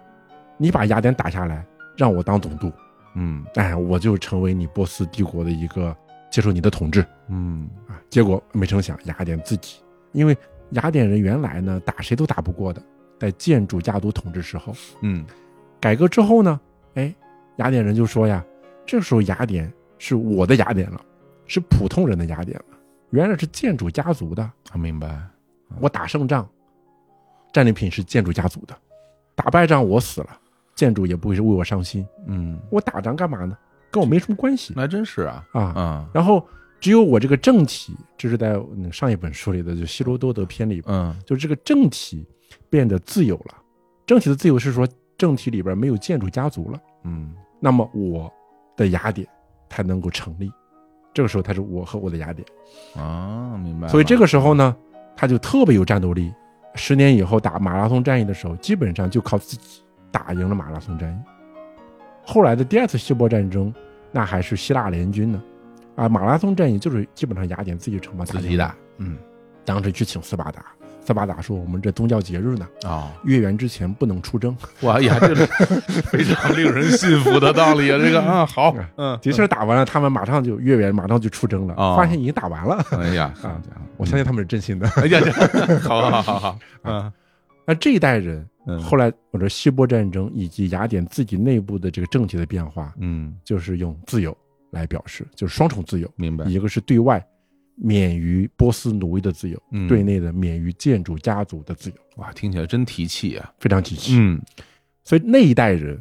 你把雅典打下来，让我当总督，嗯哎，我就成为你波斯帝国的一个接受你的统治嗯啊。结果没成想，雅典自己，因为雅典人原来呢打谁都打不过的，在建筑家族统治时候，嗯改革之后呢，哎，雅典人就说呀，这时候雅典是我的雅典了，是普通人的雅典了，原来是建筑家族的。啊，明白，我打胜仗，战利品是建筑家族的；打败仗我死了，建筑也不会为我伤心。嗯，我打仗干嘛呢？跟我没什么关系那还真是啊，啊。啊，然后只有我这个政体，这是在嗯上一本书里的，就希罗多德篇里，嗯就这个政体变得自由了。政体的自由是说，政体里边没有建筑家族了，嗯那么我的雅典才能够成立。这个时候，他是我和我的雅典。啊，明白了，所以这个时候呢，他就特别有战斗力。十年以后打马拉松战役的时候，基本上就靠自己打赢了马拉松战役。后来的第二次希波战争，那还是希腊联军呢，啊，马拉松战役就是基本上雅典自己城邦打自赢己的打，嗯当时去请斯巴达，斯巴达说我们这宗教节日呢，哦，月圆之前不能出征。 哇呀，这是非常令人信服的道理啊，这个啊，好，嗯，的确打完了，他们马上就月圆，马上就出征了，哦发现已经打完了。哎呀，啊我相信他们是真心的。哎呀， 这好好好好，嗯那这一代人嗯后来我说希波战争以及雅典自己内部的这个政体的变化，嗯，就是用自由来表示，就是双重自由，明白，一个是对外免于波斯奴役的自由，嗯对内的免于建筑家族的自由，哇，听起来真提气啊！非常积极。嗯所以那一代人，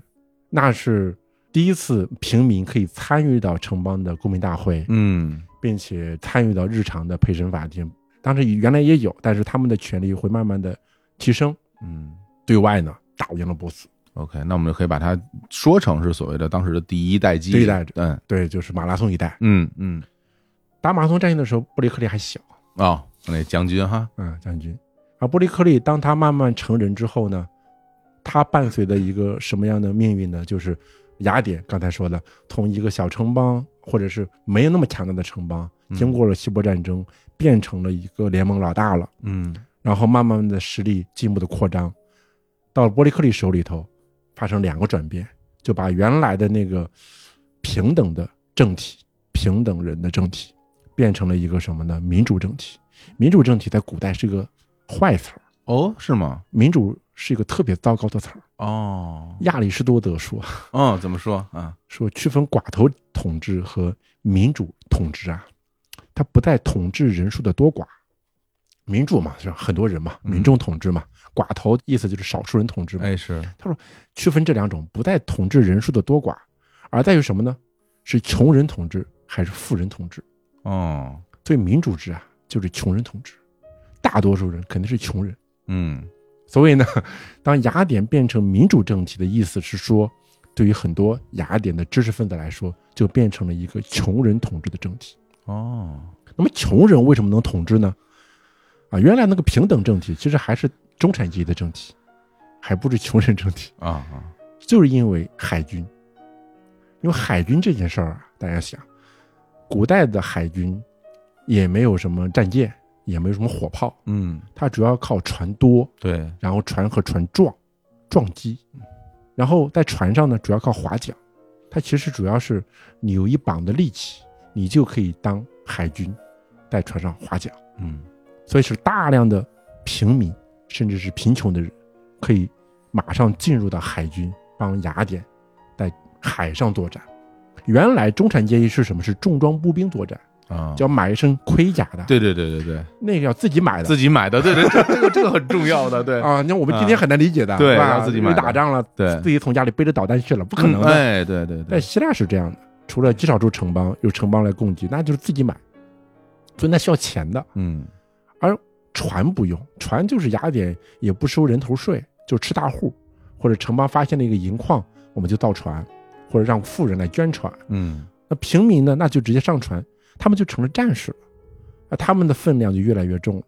那是第一次平民可以参与到城邦的公民大会，嗯并且参与到日常的陪审法庭。当时原来也有，但是他们的权利会慢慢的提升。嗯对外呢，打赢了波斯， ，OK，那我们就可以把它说成是所谓的当时的第一代记忆。第一代嗯对，就是马拉松一带。嗯嗯，打马拉松战役的时候，布雷克利还小，哦，那将军哈，嗯，将军。而布雷克利当他慢慢成人之后呢，他伴随的一个什么样的命运呢？就是雅典刚才说的，从一个小城邦或者是没有那么强大的城邦，嗯经过了希波战争，变成了一个联盟老大了，嗯然后慢慢的实力进一步的扩张，到了伯利克利手里头，发生两个转变，就把原来的那个平等的政体、平等人的政体，变成了一个什么呢？民主政体。民主政体在古代是个坏词儿，哦，是吗？民主是一个特别糟糕的词儿。哦，亚里士多德说哦，怎么说啊？说区分寡头统治和民主统治啊，它不在统治人数的多寡，民主嘛是吧很多人嘛，嗯民众统治嘛，寡头意思就是少数人统治嘛，哎，是，区分这两种不在统治人数的多寡，而在于什么呢？是穷人统治还是富人统治？哦，所以民主制啊，就是穷人统治，大多数人肯定是穷人。嗯所以呢， 当雅典变成民主政体的意思是说，对于很多雅典的知识分子来说，就变成了一个穷人统治的政体。哦，那么穷人为什么能统治呢？啊，原来那个平等政体其实还是中产阶级的政体，还不是穷人政体， 啊啊，就是因为海军。因为海军这件事儿啊，大家想，古代的海军也没有什么战舰，也没有什么火炮，嗯，它主要靠船多，对，然后船和船撞，撞击，然后在船上呢，主要靠划桨，它其实主要是你有一膀的力气，你就可以当海军，在船上划桨，嗯所以是大量的平民甚至是贫穷的人，可以马上进入到海军，帮雅典在海上作战。原来中产阶级是什么？是重装步兵作战，啊，就要买一身盔甲的，对对对对对，那个要自己买的，自己买的，对 对，这这个这个很重要的，对啊，那我们今天很难理解的，啊对是吧要自己买因为打仗了，对自己从家里背着导弹去了，不可嗯能的。哎，对对在对，希腊是这样的，除了极少数城邦有城邦来供给，那就是自己买，所以那需要钱的。嗯船不用，船就是雅典也不收人头税，就吃大户，或者城邦发现了一个银矿，我们就造船，或者让富人来捐船。嗯那平民呢，那就直接上船，他们就成了战士了，那他们的分量就越来越重了。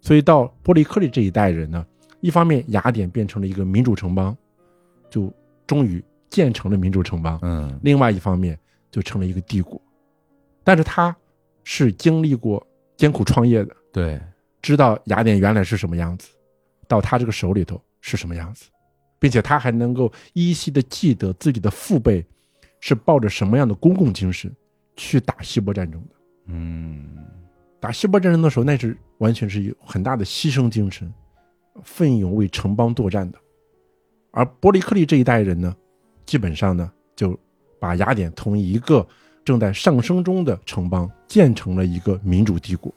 所以到伯利克利这一代人呢，一方面雅典变成了一个民主城邦，就终于建成了民主城邦；嗯另外一方面就成了一个帝国。但是他是经历过艰苦创业的，对，知道雅典原来是什么样子，到他这个手里头是什么样子，并且他还能够依稀的记得自己的父辈是抱着什么样的公共精神去打希波战争的。嗯打希波战争的时候，那是完全是有很大的牺牲精神，奋勇为城邦作战的。而伯利克利这一代人呢，基本上呢就把雅典从一个正在上升中的城邦建成了一个民主帝国。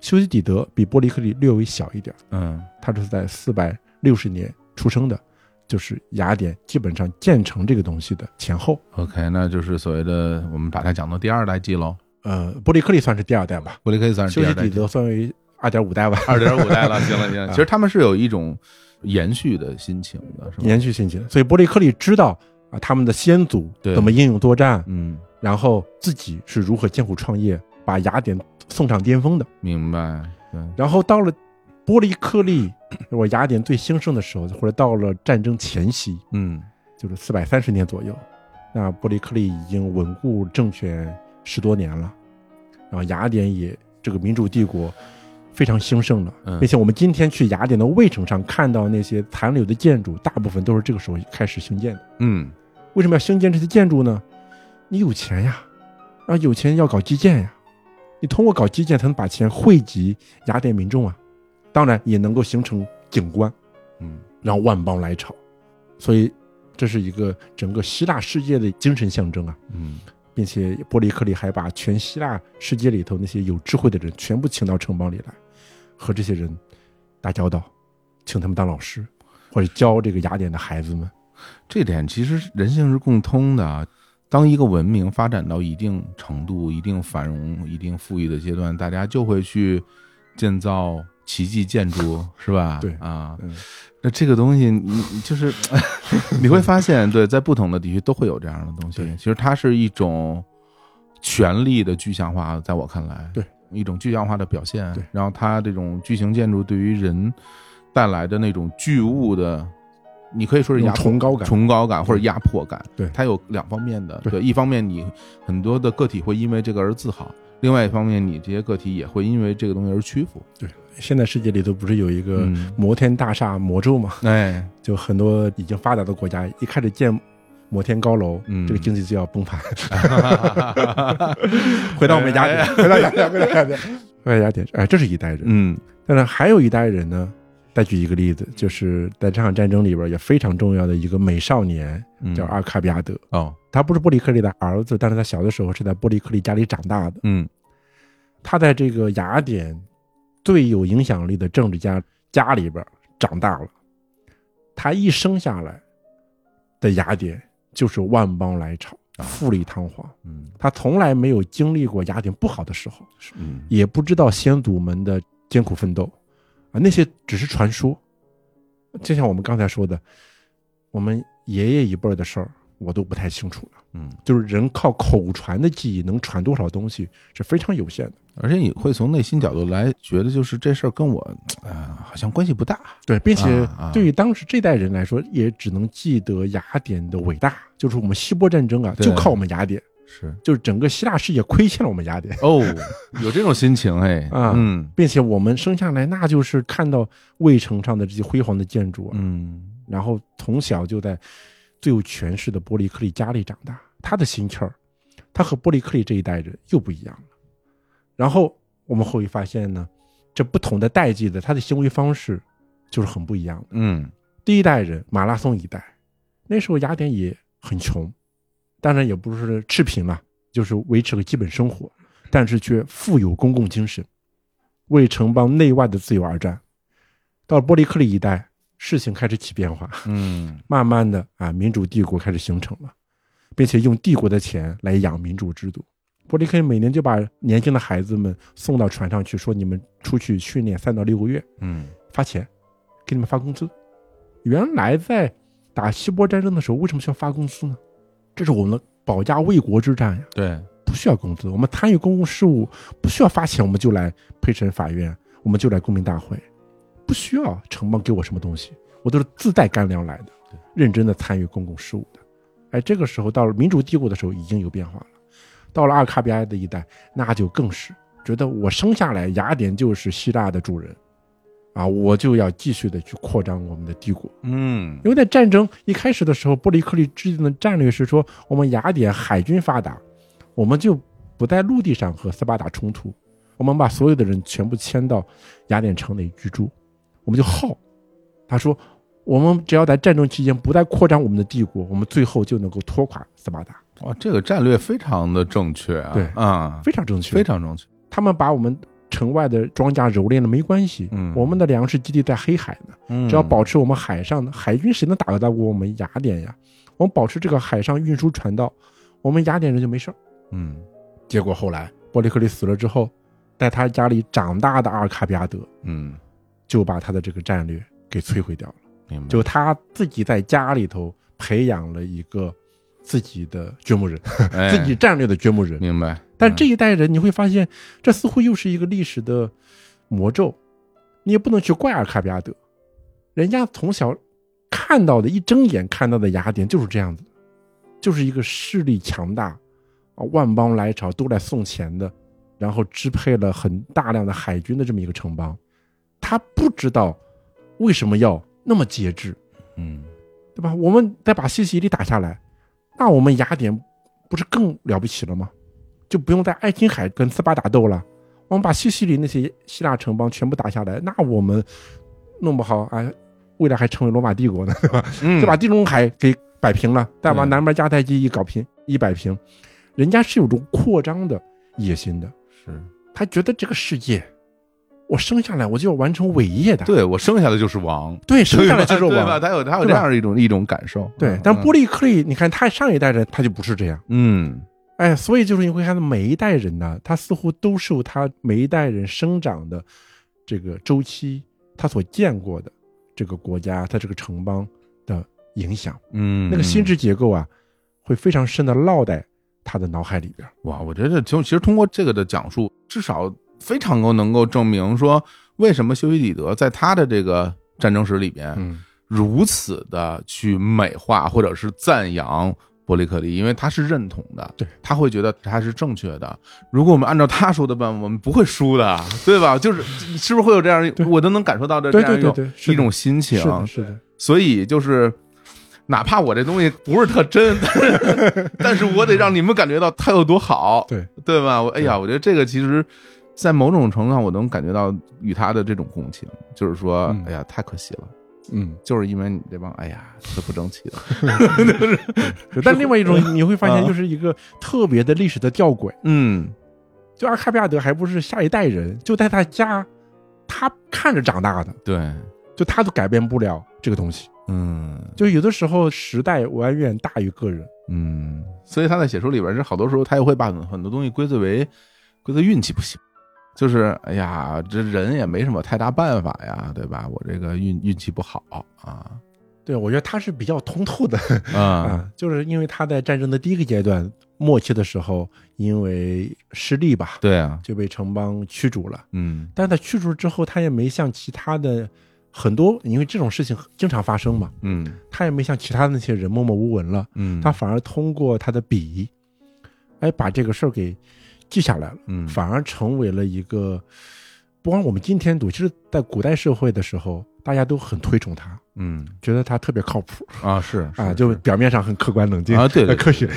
修昔底德比伯利克利略微小一点。嗯他是在四百六十年出生的，就是雅典基本上建成这个东西的前后。 ，OK，那就是所谓的我们把它讲到第二代记喽，呃，伯利克利算是第二代吧，布里克利算是修第昔二代底记，德算为二点五代吧，二点五代 了，行了行了，其实他们是有一种延续的心情的，是吧？延续性情。所以伯利克利知道啊，他们的先祖对怎么英勇作战，嗯，然后自己是如何艰苦创业，把雅典送上巅峰的。明白，对，然后到了伯利克利，我雅典最兴盛的时候，或者到了战争前夕，嗯就是四百三十年左右。那伯利克利已经稳固政权十多年了，然后雅典也这个民主帝国非常兴盛了。嗯并且我们今天去雅典的卫城上看到那些残留的建筑，大部分都是这个时候开始兴建的。嗯为什么要兴建这些建筑呢？你有钱呀，啊，有钱要搞基建呀，你通过搞基建才能把钱惠及雅典民众啊，当然也能够形成景观。嗯让万邦来朝，所以这是一个整个希腊世界的精神象征啊。嗯并且波利克利还把全希腊世界里头那些有智慧的人全部请到城邦里来，和这些人打交道，请他们当老师，或者教这个雅典的孩子们。这点其实人性是共通的啊。当一个文明发展到一定程度、一定繁荣、一定富裕的阶段，大家就会去建造奇迹建筑，是吧？对啊，嗯，那这个东西，你你就是 你会发现，对，在不同的地区都会有这样的东西对。其实它是一种权力的具象化，在我看来，对一种具象化的表现对。然后它这种巨型建筑对于人带来的那种巨物的，你可以说这是压种崇高感，崇高感或者压迫感，对它有两方面的，对对，一方面你很多的个体会因为这个而自豪，另外一方面你这些个体也会因为这个东西而屈服，现在世界里头不是有一个嗯，摩天大厦魔咒吗？哎，就很多已经发达的国家一开始建摩天高楼，嗯这个经济就要崩盘。 回到我们雅典，哎回到雅典，回到雅典，回到雅典。哎，这是一代人，嗯但是还有一代人呢。再举一个例子，就是在这场战争里边也非常重要的一个美少年，嗯，叫阿卡比亚德。哦，他不是波利克利的儿子，但是他小的时候是在波利克利家里长大的。嗯他在这个雅典最有影响力的政治家家里边长大了。他一生下来的雅典就是万邦来朝，富丽堂皇。嗯他从来没有经历过雅典不好的时候，嗯也不知道先祖们的艰苦奋斗啊，那些只是传说。就像我们刚才说的，我们爷爷一辈儿的事儿，我都不太清楚了。嗯，就是人靠口传的记忆能传多少东西是非常有限的。而且你会从内心角度来觉得，就是这事儿跟我啊、好像关系不大，对，并且啊啊对于当时这代人来说，也只能记得雅典的伟大，就是我们希波战争啊，对就靠我们雅典，是就是整个希腊世界亏欠了我们雅典，哦，有这种心情哎，啊嗯并且我们生下来那就是看到卫城上的这些辉煌的建筑啊，嗯然后从小就在最有权势的波利克利家里长大，他的心气儿，他和波利克利这一代人又不一样了。然后我们会发现呢，这不同的代际的他的行为方式就是很不一样的。嗯第一代人马拉松一代，那时候雅典也很穷，当然也不是赤贫了，就是维持个基本生活，但是却富有公共精神，为城邦内外的自由而战。到波利克利一代，事情开始起变化，嗯慢慢的啊，民主帝国开始形成了，并且用帝国的钱来养民主制度。伯利克利每年就把年轻的孩子们送到船上去，说你们出去训练三到六个月，嗯发钱，给你们发工资。原来在打希波战争的时候，为什么需要发工资呢？这是我们的保家卫国之战呀，对，不需要工资。我们参与公共事务不需要发钱，我们就来陪审法院，我们就来公民大会，不需要城邦给我什么东西，我都是自带干粮来的，认真的参与公共事务的。哎，这个时候到了民主帝国的时候已经有变化了，到了阿尔卡比埃的一代，那就更是觉得我生下来雅典就是希腊的主人，啊，我就要继续的去扩张我们的帝国。嗯因为在战争一开始的时候，波利克利制定的战略是说，我们雅典海军发达，我们就不在陆地上和斯巴达冲突，我们把所有的人全部迁到雅典城内居住，我们就耗。他说，我们只要在战争期间不再扩张我们的帝国，我们最后就能够拖垮斯巴达，哇，这个战略非常的正确啊，对啊，非常正确。非常正确，他们把我们城外的庄稼蹂躏了没关系，嗯我们的粮食基地在黑海呢。嗯只要保持我们海上的海军，谁能打得到过我们雅典呀？我们保持这个海上运输船道，我们雅典人就没事儿。嗯结果后来伯利克利死了之后，在他家里长大的阿尔卡比亚德嗯，就把他的这个战略给摧毁掉了，明白，就他自己在家里头培养了一个自己的掘墓人，哎自己战略的掘墓人。明白，但这一代人你会发现，这似乎又是一个历史的魔咒，你也不能去怪阿尔卡比亚德，人家从小看到的，一睁眼看到的雅典就是这样子，就是一个势力强大啊，万邦来朝都来送钱的，然后支配了很大量的海军的这么一个城邦，他不知道为什么要那么节制，嗯对吧？我们再把西西里打下来，那我们雅典不是更了不起了吗？就不用在爱琴海跟斯巴达斗了。我们把西西里那些希腊城邦全部打下来，那我们弄不好啊，未来还成为罗马帝国呢，对吧？嗯就把地中海给摆平了，再把对南边迦太基一搞平一摆平，人家是有种扩张的野心的，是他觉得这个世界，我生下来我就要完成伟业的，对我生下来就是王，对，生下来就是对吧？我。他有他有对这吧样一种一种感受，对嗯，但波利克利，你看他上一代人他就不是这样，嗯哎，所以就是你会看到每一代人呢，他似乎都受他每一代人生长的这个周期，他所见过的这个国家，他这个城邦的影响，嗯，那个心智结构啊，会非常深的烙在他的脑海里边。哇，我觉得就其实通过这个的讲述，至少非常够能够证明说，为什么修昔底德在他的这个战争史里边，嗯，如此的去美化或者是赞扬伯利克利，因为他是认同的，对，他会觉得他是正确的。如果我们按照他说的办，我们不会输的，对吧？就是是不是会有这样一，我都能感受到的这对样对一对种对，是一的种心情是。啊的，是的，所以就是，哪怕我这东西不是特 真，但是我得让你们感觉到它有多好，对对吧？我哎呀，我觉得这个其实，在某种程度上，我能感觉到与他的这种共情，就是说嗯，哎呀，太可惜了。嗯。就是因为你这帮哎呀，这不争气的，但另外一种你会发现，啊就是一嗯个特别的历史的吊诡。嗯，就阿卡比亚德还不是下一代人，就在他家，他看着长大的，对，就他都改变不了这个东西。嗯就有的时候时代远远大于个人。嗯，所以他在写书里边，这好多时候他也会把很很多东西归罪为归罪运气不行，就是哎呀，这人也没什么太大办法呀，对吧？我这个运运气不好啊，对，我觉得他是比较通透的 嗯啊， 就是因为他在战争的第一个阶段末期的时候，因为失利吧，对啊，就被城邦驱逐了。嗯但是他驱逐之后，他也没像其他的很多，因为这种事情经常发生嘛，嗯他也没像其他的那些人默默无闻了，嗯，他反而通过他的笔，哎，把这个事儿给记下来了。嗯反而成为了一个，不光我们今天读，其实在古代社会的时候，大家都很推崇他，嗯觉得他特别靠谱啊是啊，就表面上很客观冷静啊对对对科学，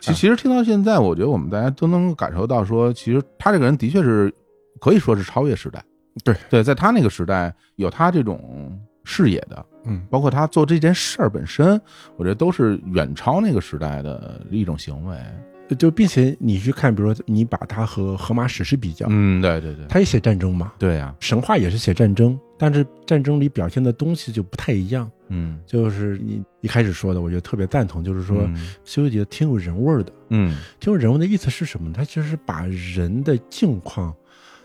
其其实听到现在，我觉得我们大家都能感受到说，其实他这个人的确是可以说是超越时代。对对，在他那个时代有他这种视野的，嗯，包括他做这件事儿本身，我觉得都是远超那个时代的一种行为。就并且你去看，比如说你把他和荷马史诗比较，嗯，对对对，他也写战争嘛，对啊呀、神话也是写战争，但是战争里表现的东西就不太一样。嗯，就是你一开始说的，我就特别赞同，就是说嗯修杰挺有人味儿的，嗯挺有人文的意思是什么呢？它其实是把人的境况，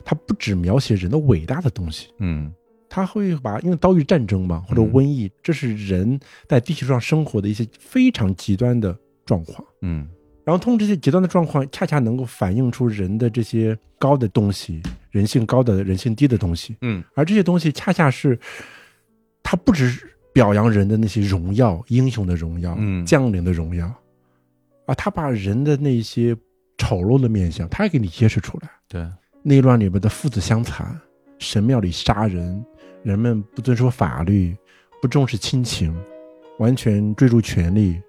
它不只描写人的伟大的东西，嗯它会把因为遭遇战争嘛，或者瘟疫，这是人在地球上生活的一些非常极端的状况。嗯然后通过这些极端的状况，恰恰能够反映出人的这些高的东西，人性高的、人性低的东西。嗯而这些东西恰恰是，它不只是表扬人的那些荣耀、英雄的荣耀、嗯将领的荣耀，啊，他把人的那些丑陋的面相，他也给你揭示出来。对，内乱里边的父子相残，神庙里杀人，人们不遵守法律，不重视亲情，完全追逐权力，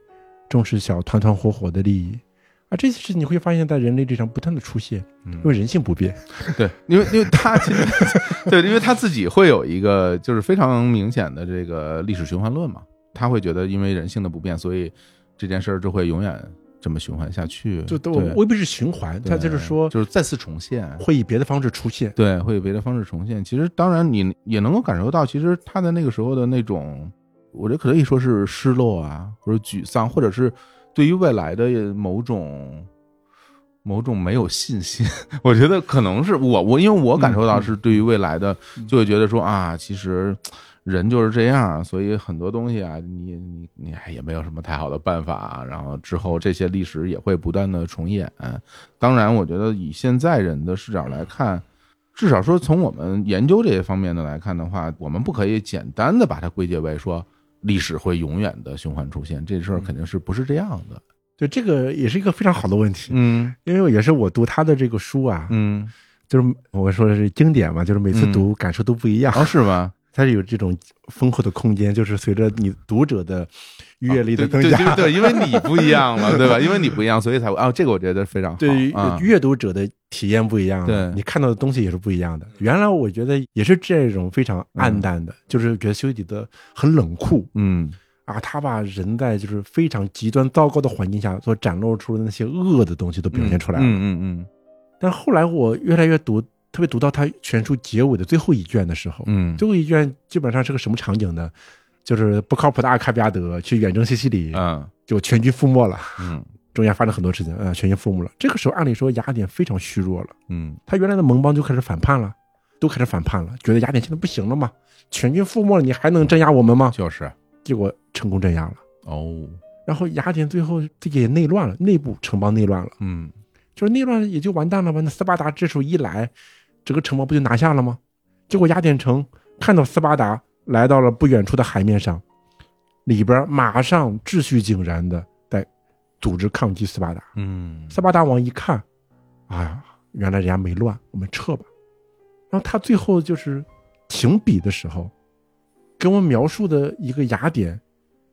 重视小团团伙伙的利益。啊，这些事情你会发现在人类历史上不断的出现，嗯因为人性不变。对，因为因为他其实 对，因为他自己会有一个就是非常明显的这个历史循环论嘛，他会觉得因为人性的不变，所以这件事儿就会永远这么循环下去，就都对未必是循环，它对就是说就是再次重现。会以别的方式出现。对，会以别的方式重现。其实，当然你也能够感受到，其实他的那个时候的那种，我觉得可以说是失落啊，或者沮丧，或者是对于未来的某种某种没有信心。 我觉得可能是我我因为我感受到是对于未来的，就会觉得说啊，其实人就是这样，啊所以很多东西啊，你你你哎也没有什么太好的办法、啊然后之后这些历史也会不断的重演。当然，我觉得以现在人的视角来看，至少说从我们研究这些方面的来看的话，我们不可以简单的把它归结为说历史会永远的循环出现，这事儿肯定是不是这样的。对，这个也是一个非常好的问题，嗯因为也是我读他的这个书啊，嗯，就是我说的是经典嘛，就是每次读感受都不一样，哦，是吗？它是有这种丰厚的空间，就是随着你读者的阅历的对增对加，对对，因为你不一样了，对吧？因为你不一样，所以才会啊，这个我觉得非常好。对 于啊阅读者的体验不一样了，对你看到的东西也是不一样的。原来嗯我觉得也是这种非常暗淡的，就是觉得修昔底德很冷酷，嗯啊，他把人在就是非常极端糟糕的环境下所展露出的那些恶的东西都表现出来了。嗯嗯但后来我越来越读，特别读到他全书结尾的最后一卷的时候，嗯最后一卷基本上是个什么场景呢？就是不靠谱的阿卡比亚德去远征西西里嗯，啊就全军覆没了。嗯中间发生很多事情，呃，全军覆没了。这个时候，按理说雅典非常虚弱了，嗯他原来的盟邦就开始反叛了，都开始反叛了，觉得雅典现在不行了嘛，全军覆没了，你还能镇压我们吗？就是结果成功镇压了。哦然后雅典最后自己也内乱了，内部城邦内乱了，嗯就是内乱也就完蛋了吧？那斯巴达这时候一来，整个城邦不就拿下了吗？结果雅典城看到斯巴达来到了不远处的海面上，里边马上秩序井然的在组织抗击斯巴达。嗯斯巴达王一看，哎呀，原来人家没乱，我们撤吧。然后他最后就是停笔的时候，给我们描述的一个雅典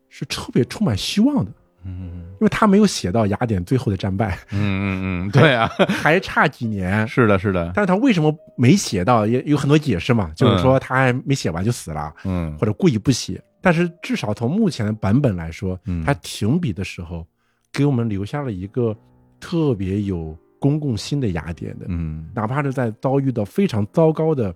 是特别充满希望的，嗯因为他没有写到雅典最后的战败， 嗯嗯嗯，对啊，还差几年。是的，是的，但是他为什么没写到？也有很多解释嘛，就是说他还没写完就死了，嗯或者故意不写。但是至少从目前的版本来说嗯，他停笔的时候给我们留下了一个特别有公共心的雅典的嗯哪怕是在遭遇到非常糟糕的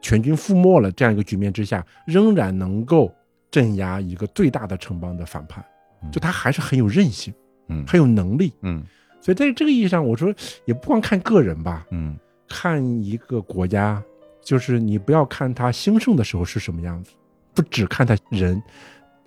全军覆没了这样一个局面之下，仍然能够镇压一个最大的城邦的反叛嗯，就他还是很有韧性，嗯很有能力。嗯所以在这个意义上，我说也不光看个人吧，嗯看一个国家，就是你不要看它兴盛的时候是什么样子，不只看它人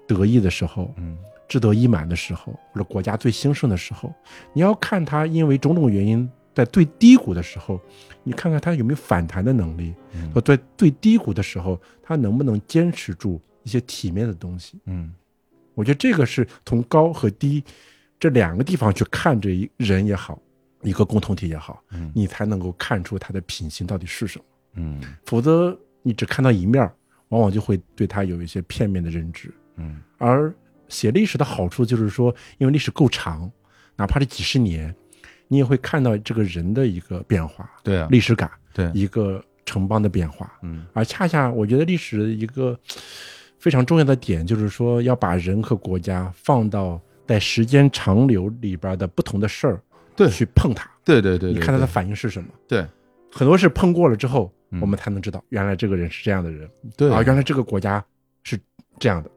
得意的时候，嗯志得意满的时候，或者国家最兴盛的时候，你要看他因为种种原因在最低谷的时候，你看看他有没有反弹的能力，嗯和在最低谷的时候，他能不能坚持住一些体面的东西。嗯我觉得这个是从高和低这两个地方去看这一人也好，一个共同体也好，嗯你才能够看出他的品性到底是什么。嗯否则，你只看到一面儿，往往就会对他有一些片面的认知。嗯而写历史的好处就是说，因为历史够长，哪怕是几十年，你也会看到这个人的一个变化，对啊，历史感，对，一个城邦的变化。嗯而恰恰我觉得历史的一个嘖非常重要的点就是说，要把人和国家放到在时间长流里边的不同的事儿，对去碰它，对对对，你看他的反应是什么。对很多事碰过了之后，嗯我们才能知道原来这个人是这样的人，对啊，原来这个国家是这样的。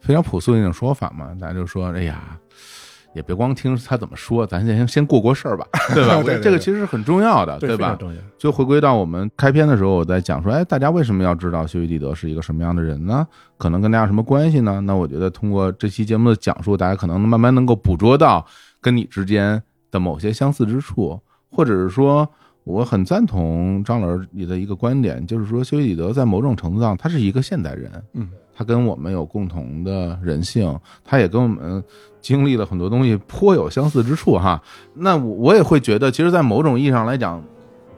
非常朴素的一种说法嘛，咱就说，哎呀，也别光听他怎么说，咱先先过过事儿吧，对 吧？我觉对得对这个对其实很重要的，非吧常？重要。就回归到我们开篇的时候，我在讲说，哎，大家为什么要知道修昔底德是一个什么样的人呢？可能跟大家有什么关系呢？那我觉得通过这期节目的讲述，大家可能慢慢能够捕捉到跟你之间的某些相似之处，或者是说，我很赞同张老师你的一个观点，就是说修昔底德在某种程度上，他是一个现代人，嗯，他跟我们有共同的人性，他也跟我们经历了很多东西颇有相似之处哈。那我我也会觉得，其实，在某种意义上来讲，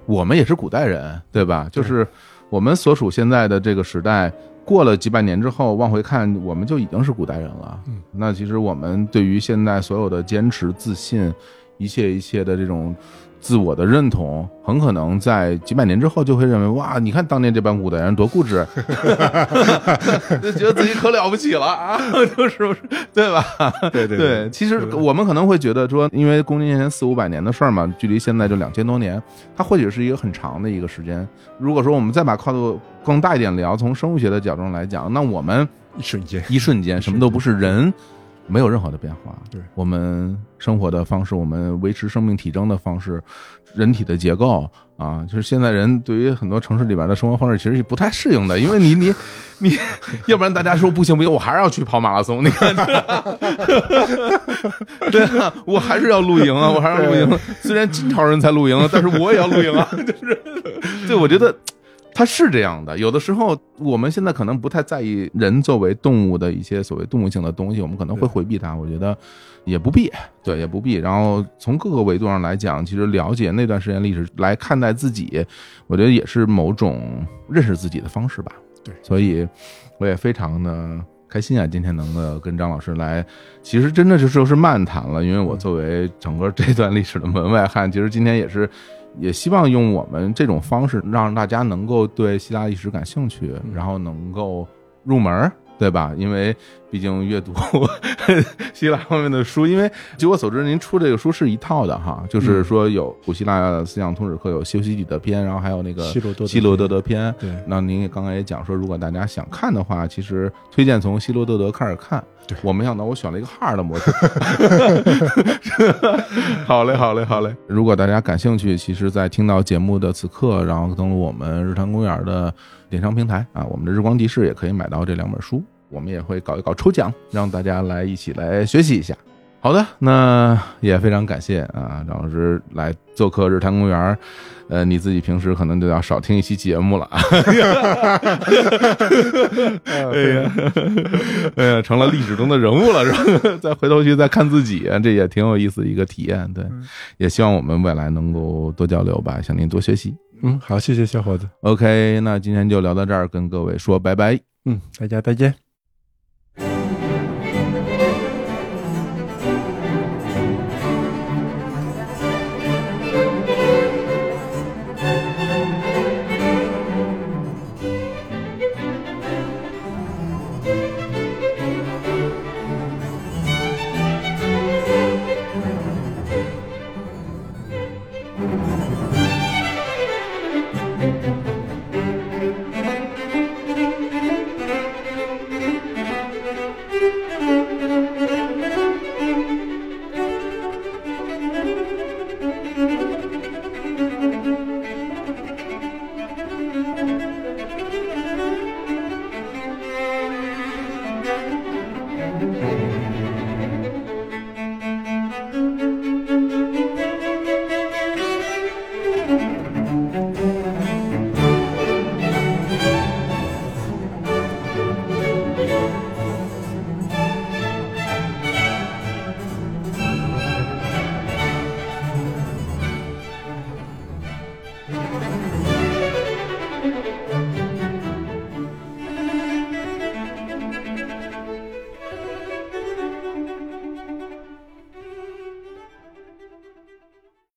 我们也是古代人，对吧？就是我们所属现在的这个时代，过了几百年之后往回看，我们就已经是古代人了。嗯，那其实我们对于现在所有的坚持、自信，一切一切的这种。自我的认同，很可能在几百年之后就会认为，哇，你看当年这帮古代人多固执， 就觉得自己可了不起了啊， 就是不是对吧？对对对，其实我们可能会觉得说，因为公元前四五百年的事儿嘛，距离现在就两千多年，它或许是一个很长的一个时间。如果说我们再把跨度更大一点聊，从生物学的角度上来讲，那我们一瞬间，一瞬间什么都不是，人没有任何的变化。对我们生活的方式，我们维持生命体征的方式，人体的结构啊，就是现在人对于很多城市里边的生活方式其实是不太适 应的，因为你你你，要不然大家说不行不行，我还是要去跑马拉松，你 看，对啊，我还是要露营啊，我还是要露营。虽然金朝人才露营，但是我也要露营啊， 就是，对，我觉得。它是这样的，有的时候我们现在可能不太在意人作为动物的一些所谓动物性的东西，我们可能会回避它。我觉得也不必，对，也不必。然后从各个维度上来讲，其实了解那段时间历史来看待自己，我觉得也是某种认识自己的方式吧。对所以我也非常的开心啊，今天能够跟张老师来，其实真的就是就是漫谈了，因为嗯我作为整个这段历史的门外汉，其实今天也是。也希望用我们这种嗯方式，让大家能够对希腊历史感兴趣，然后能够入门儿对吧？因为毕竟阅读 希腊方面的书，因为据我所知，您出这个书是一套的哈，嗯就是说有古希腊思想通史课，有修昔底德篇，然后还有那个希罗多德希罗多德篇。对那您也刚才也讲说，如果大家想看的话，其实推荐从希罗多德开始看。对我没想到我选了一个哈尔的模式。 好嘞，好嘞，好嘞。如果大家感兴趣，其实，在听到节目的此刻，然后登录我们日坛公园的电商平台啊，我们的日光集市也可以买到这两本书。我们也会搞一搞抽奖，让大家来一起来学习一下。好的，那也非常感谢啊，张老师来做客日坛公园。呃，你自己平时可能就要少听一期节目了啊。 哎呀，哎呀，成了历史中的人物了，是吧？ 再回头去再看自己，啊这也挺有意思的一个体验。对，也希望我们未来能够多交流吧，向您多学习。嗯，好，谢谢小伙子。 OK，那今天就聊到这儿，跟各位说拜拜。嗯，大家再见。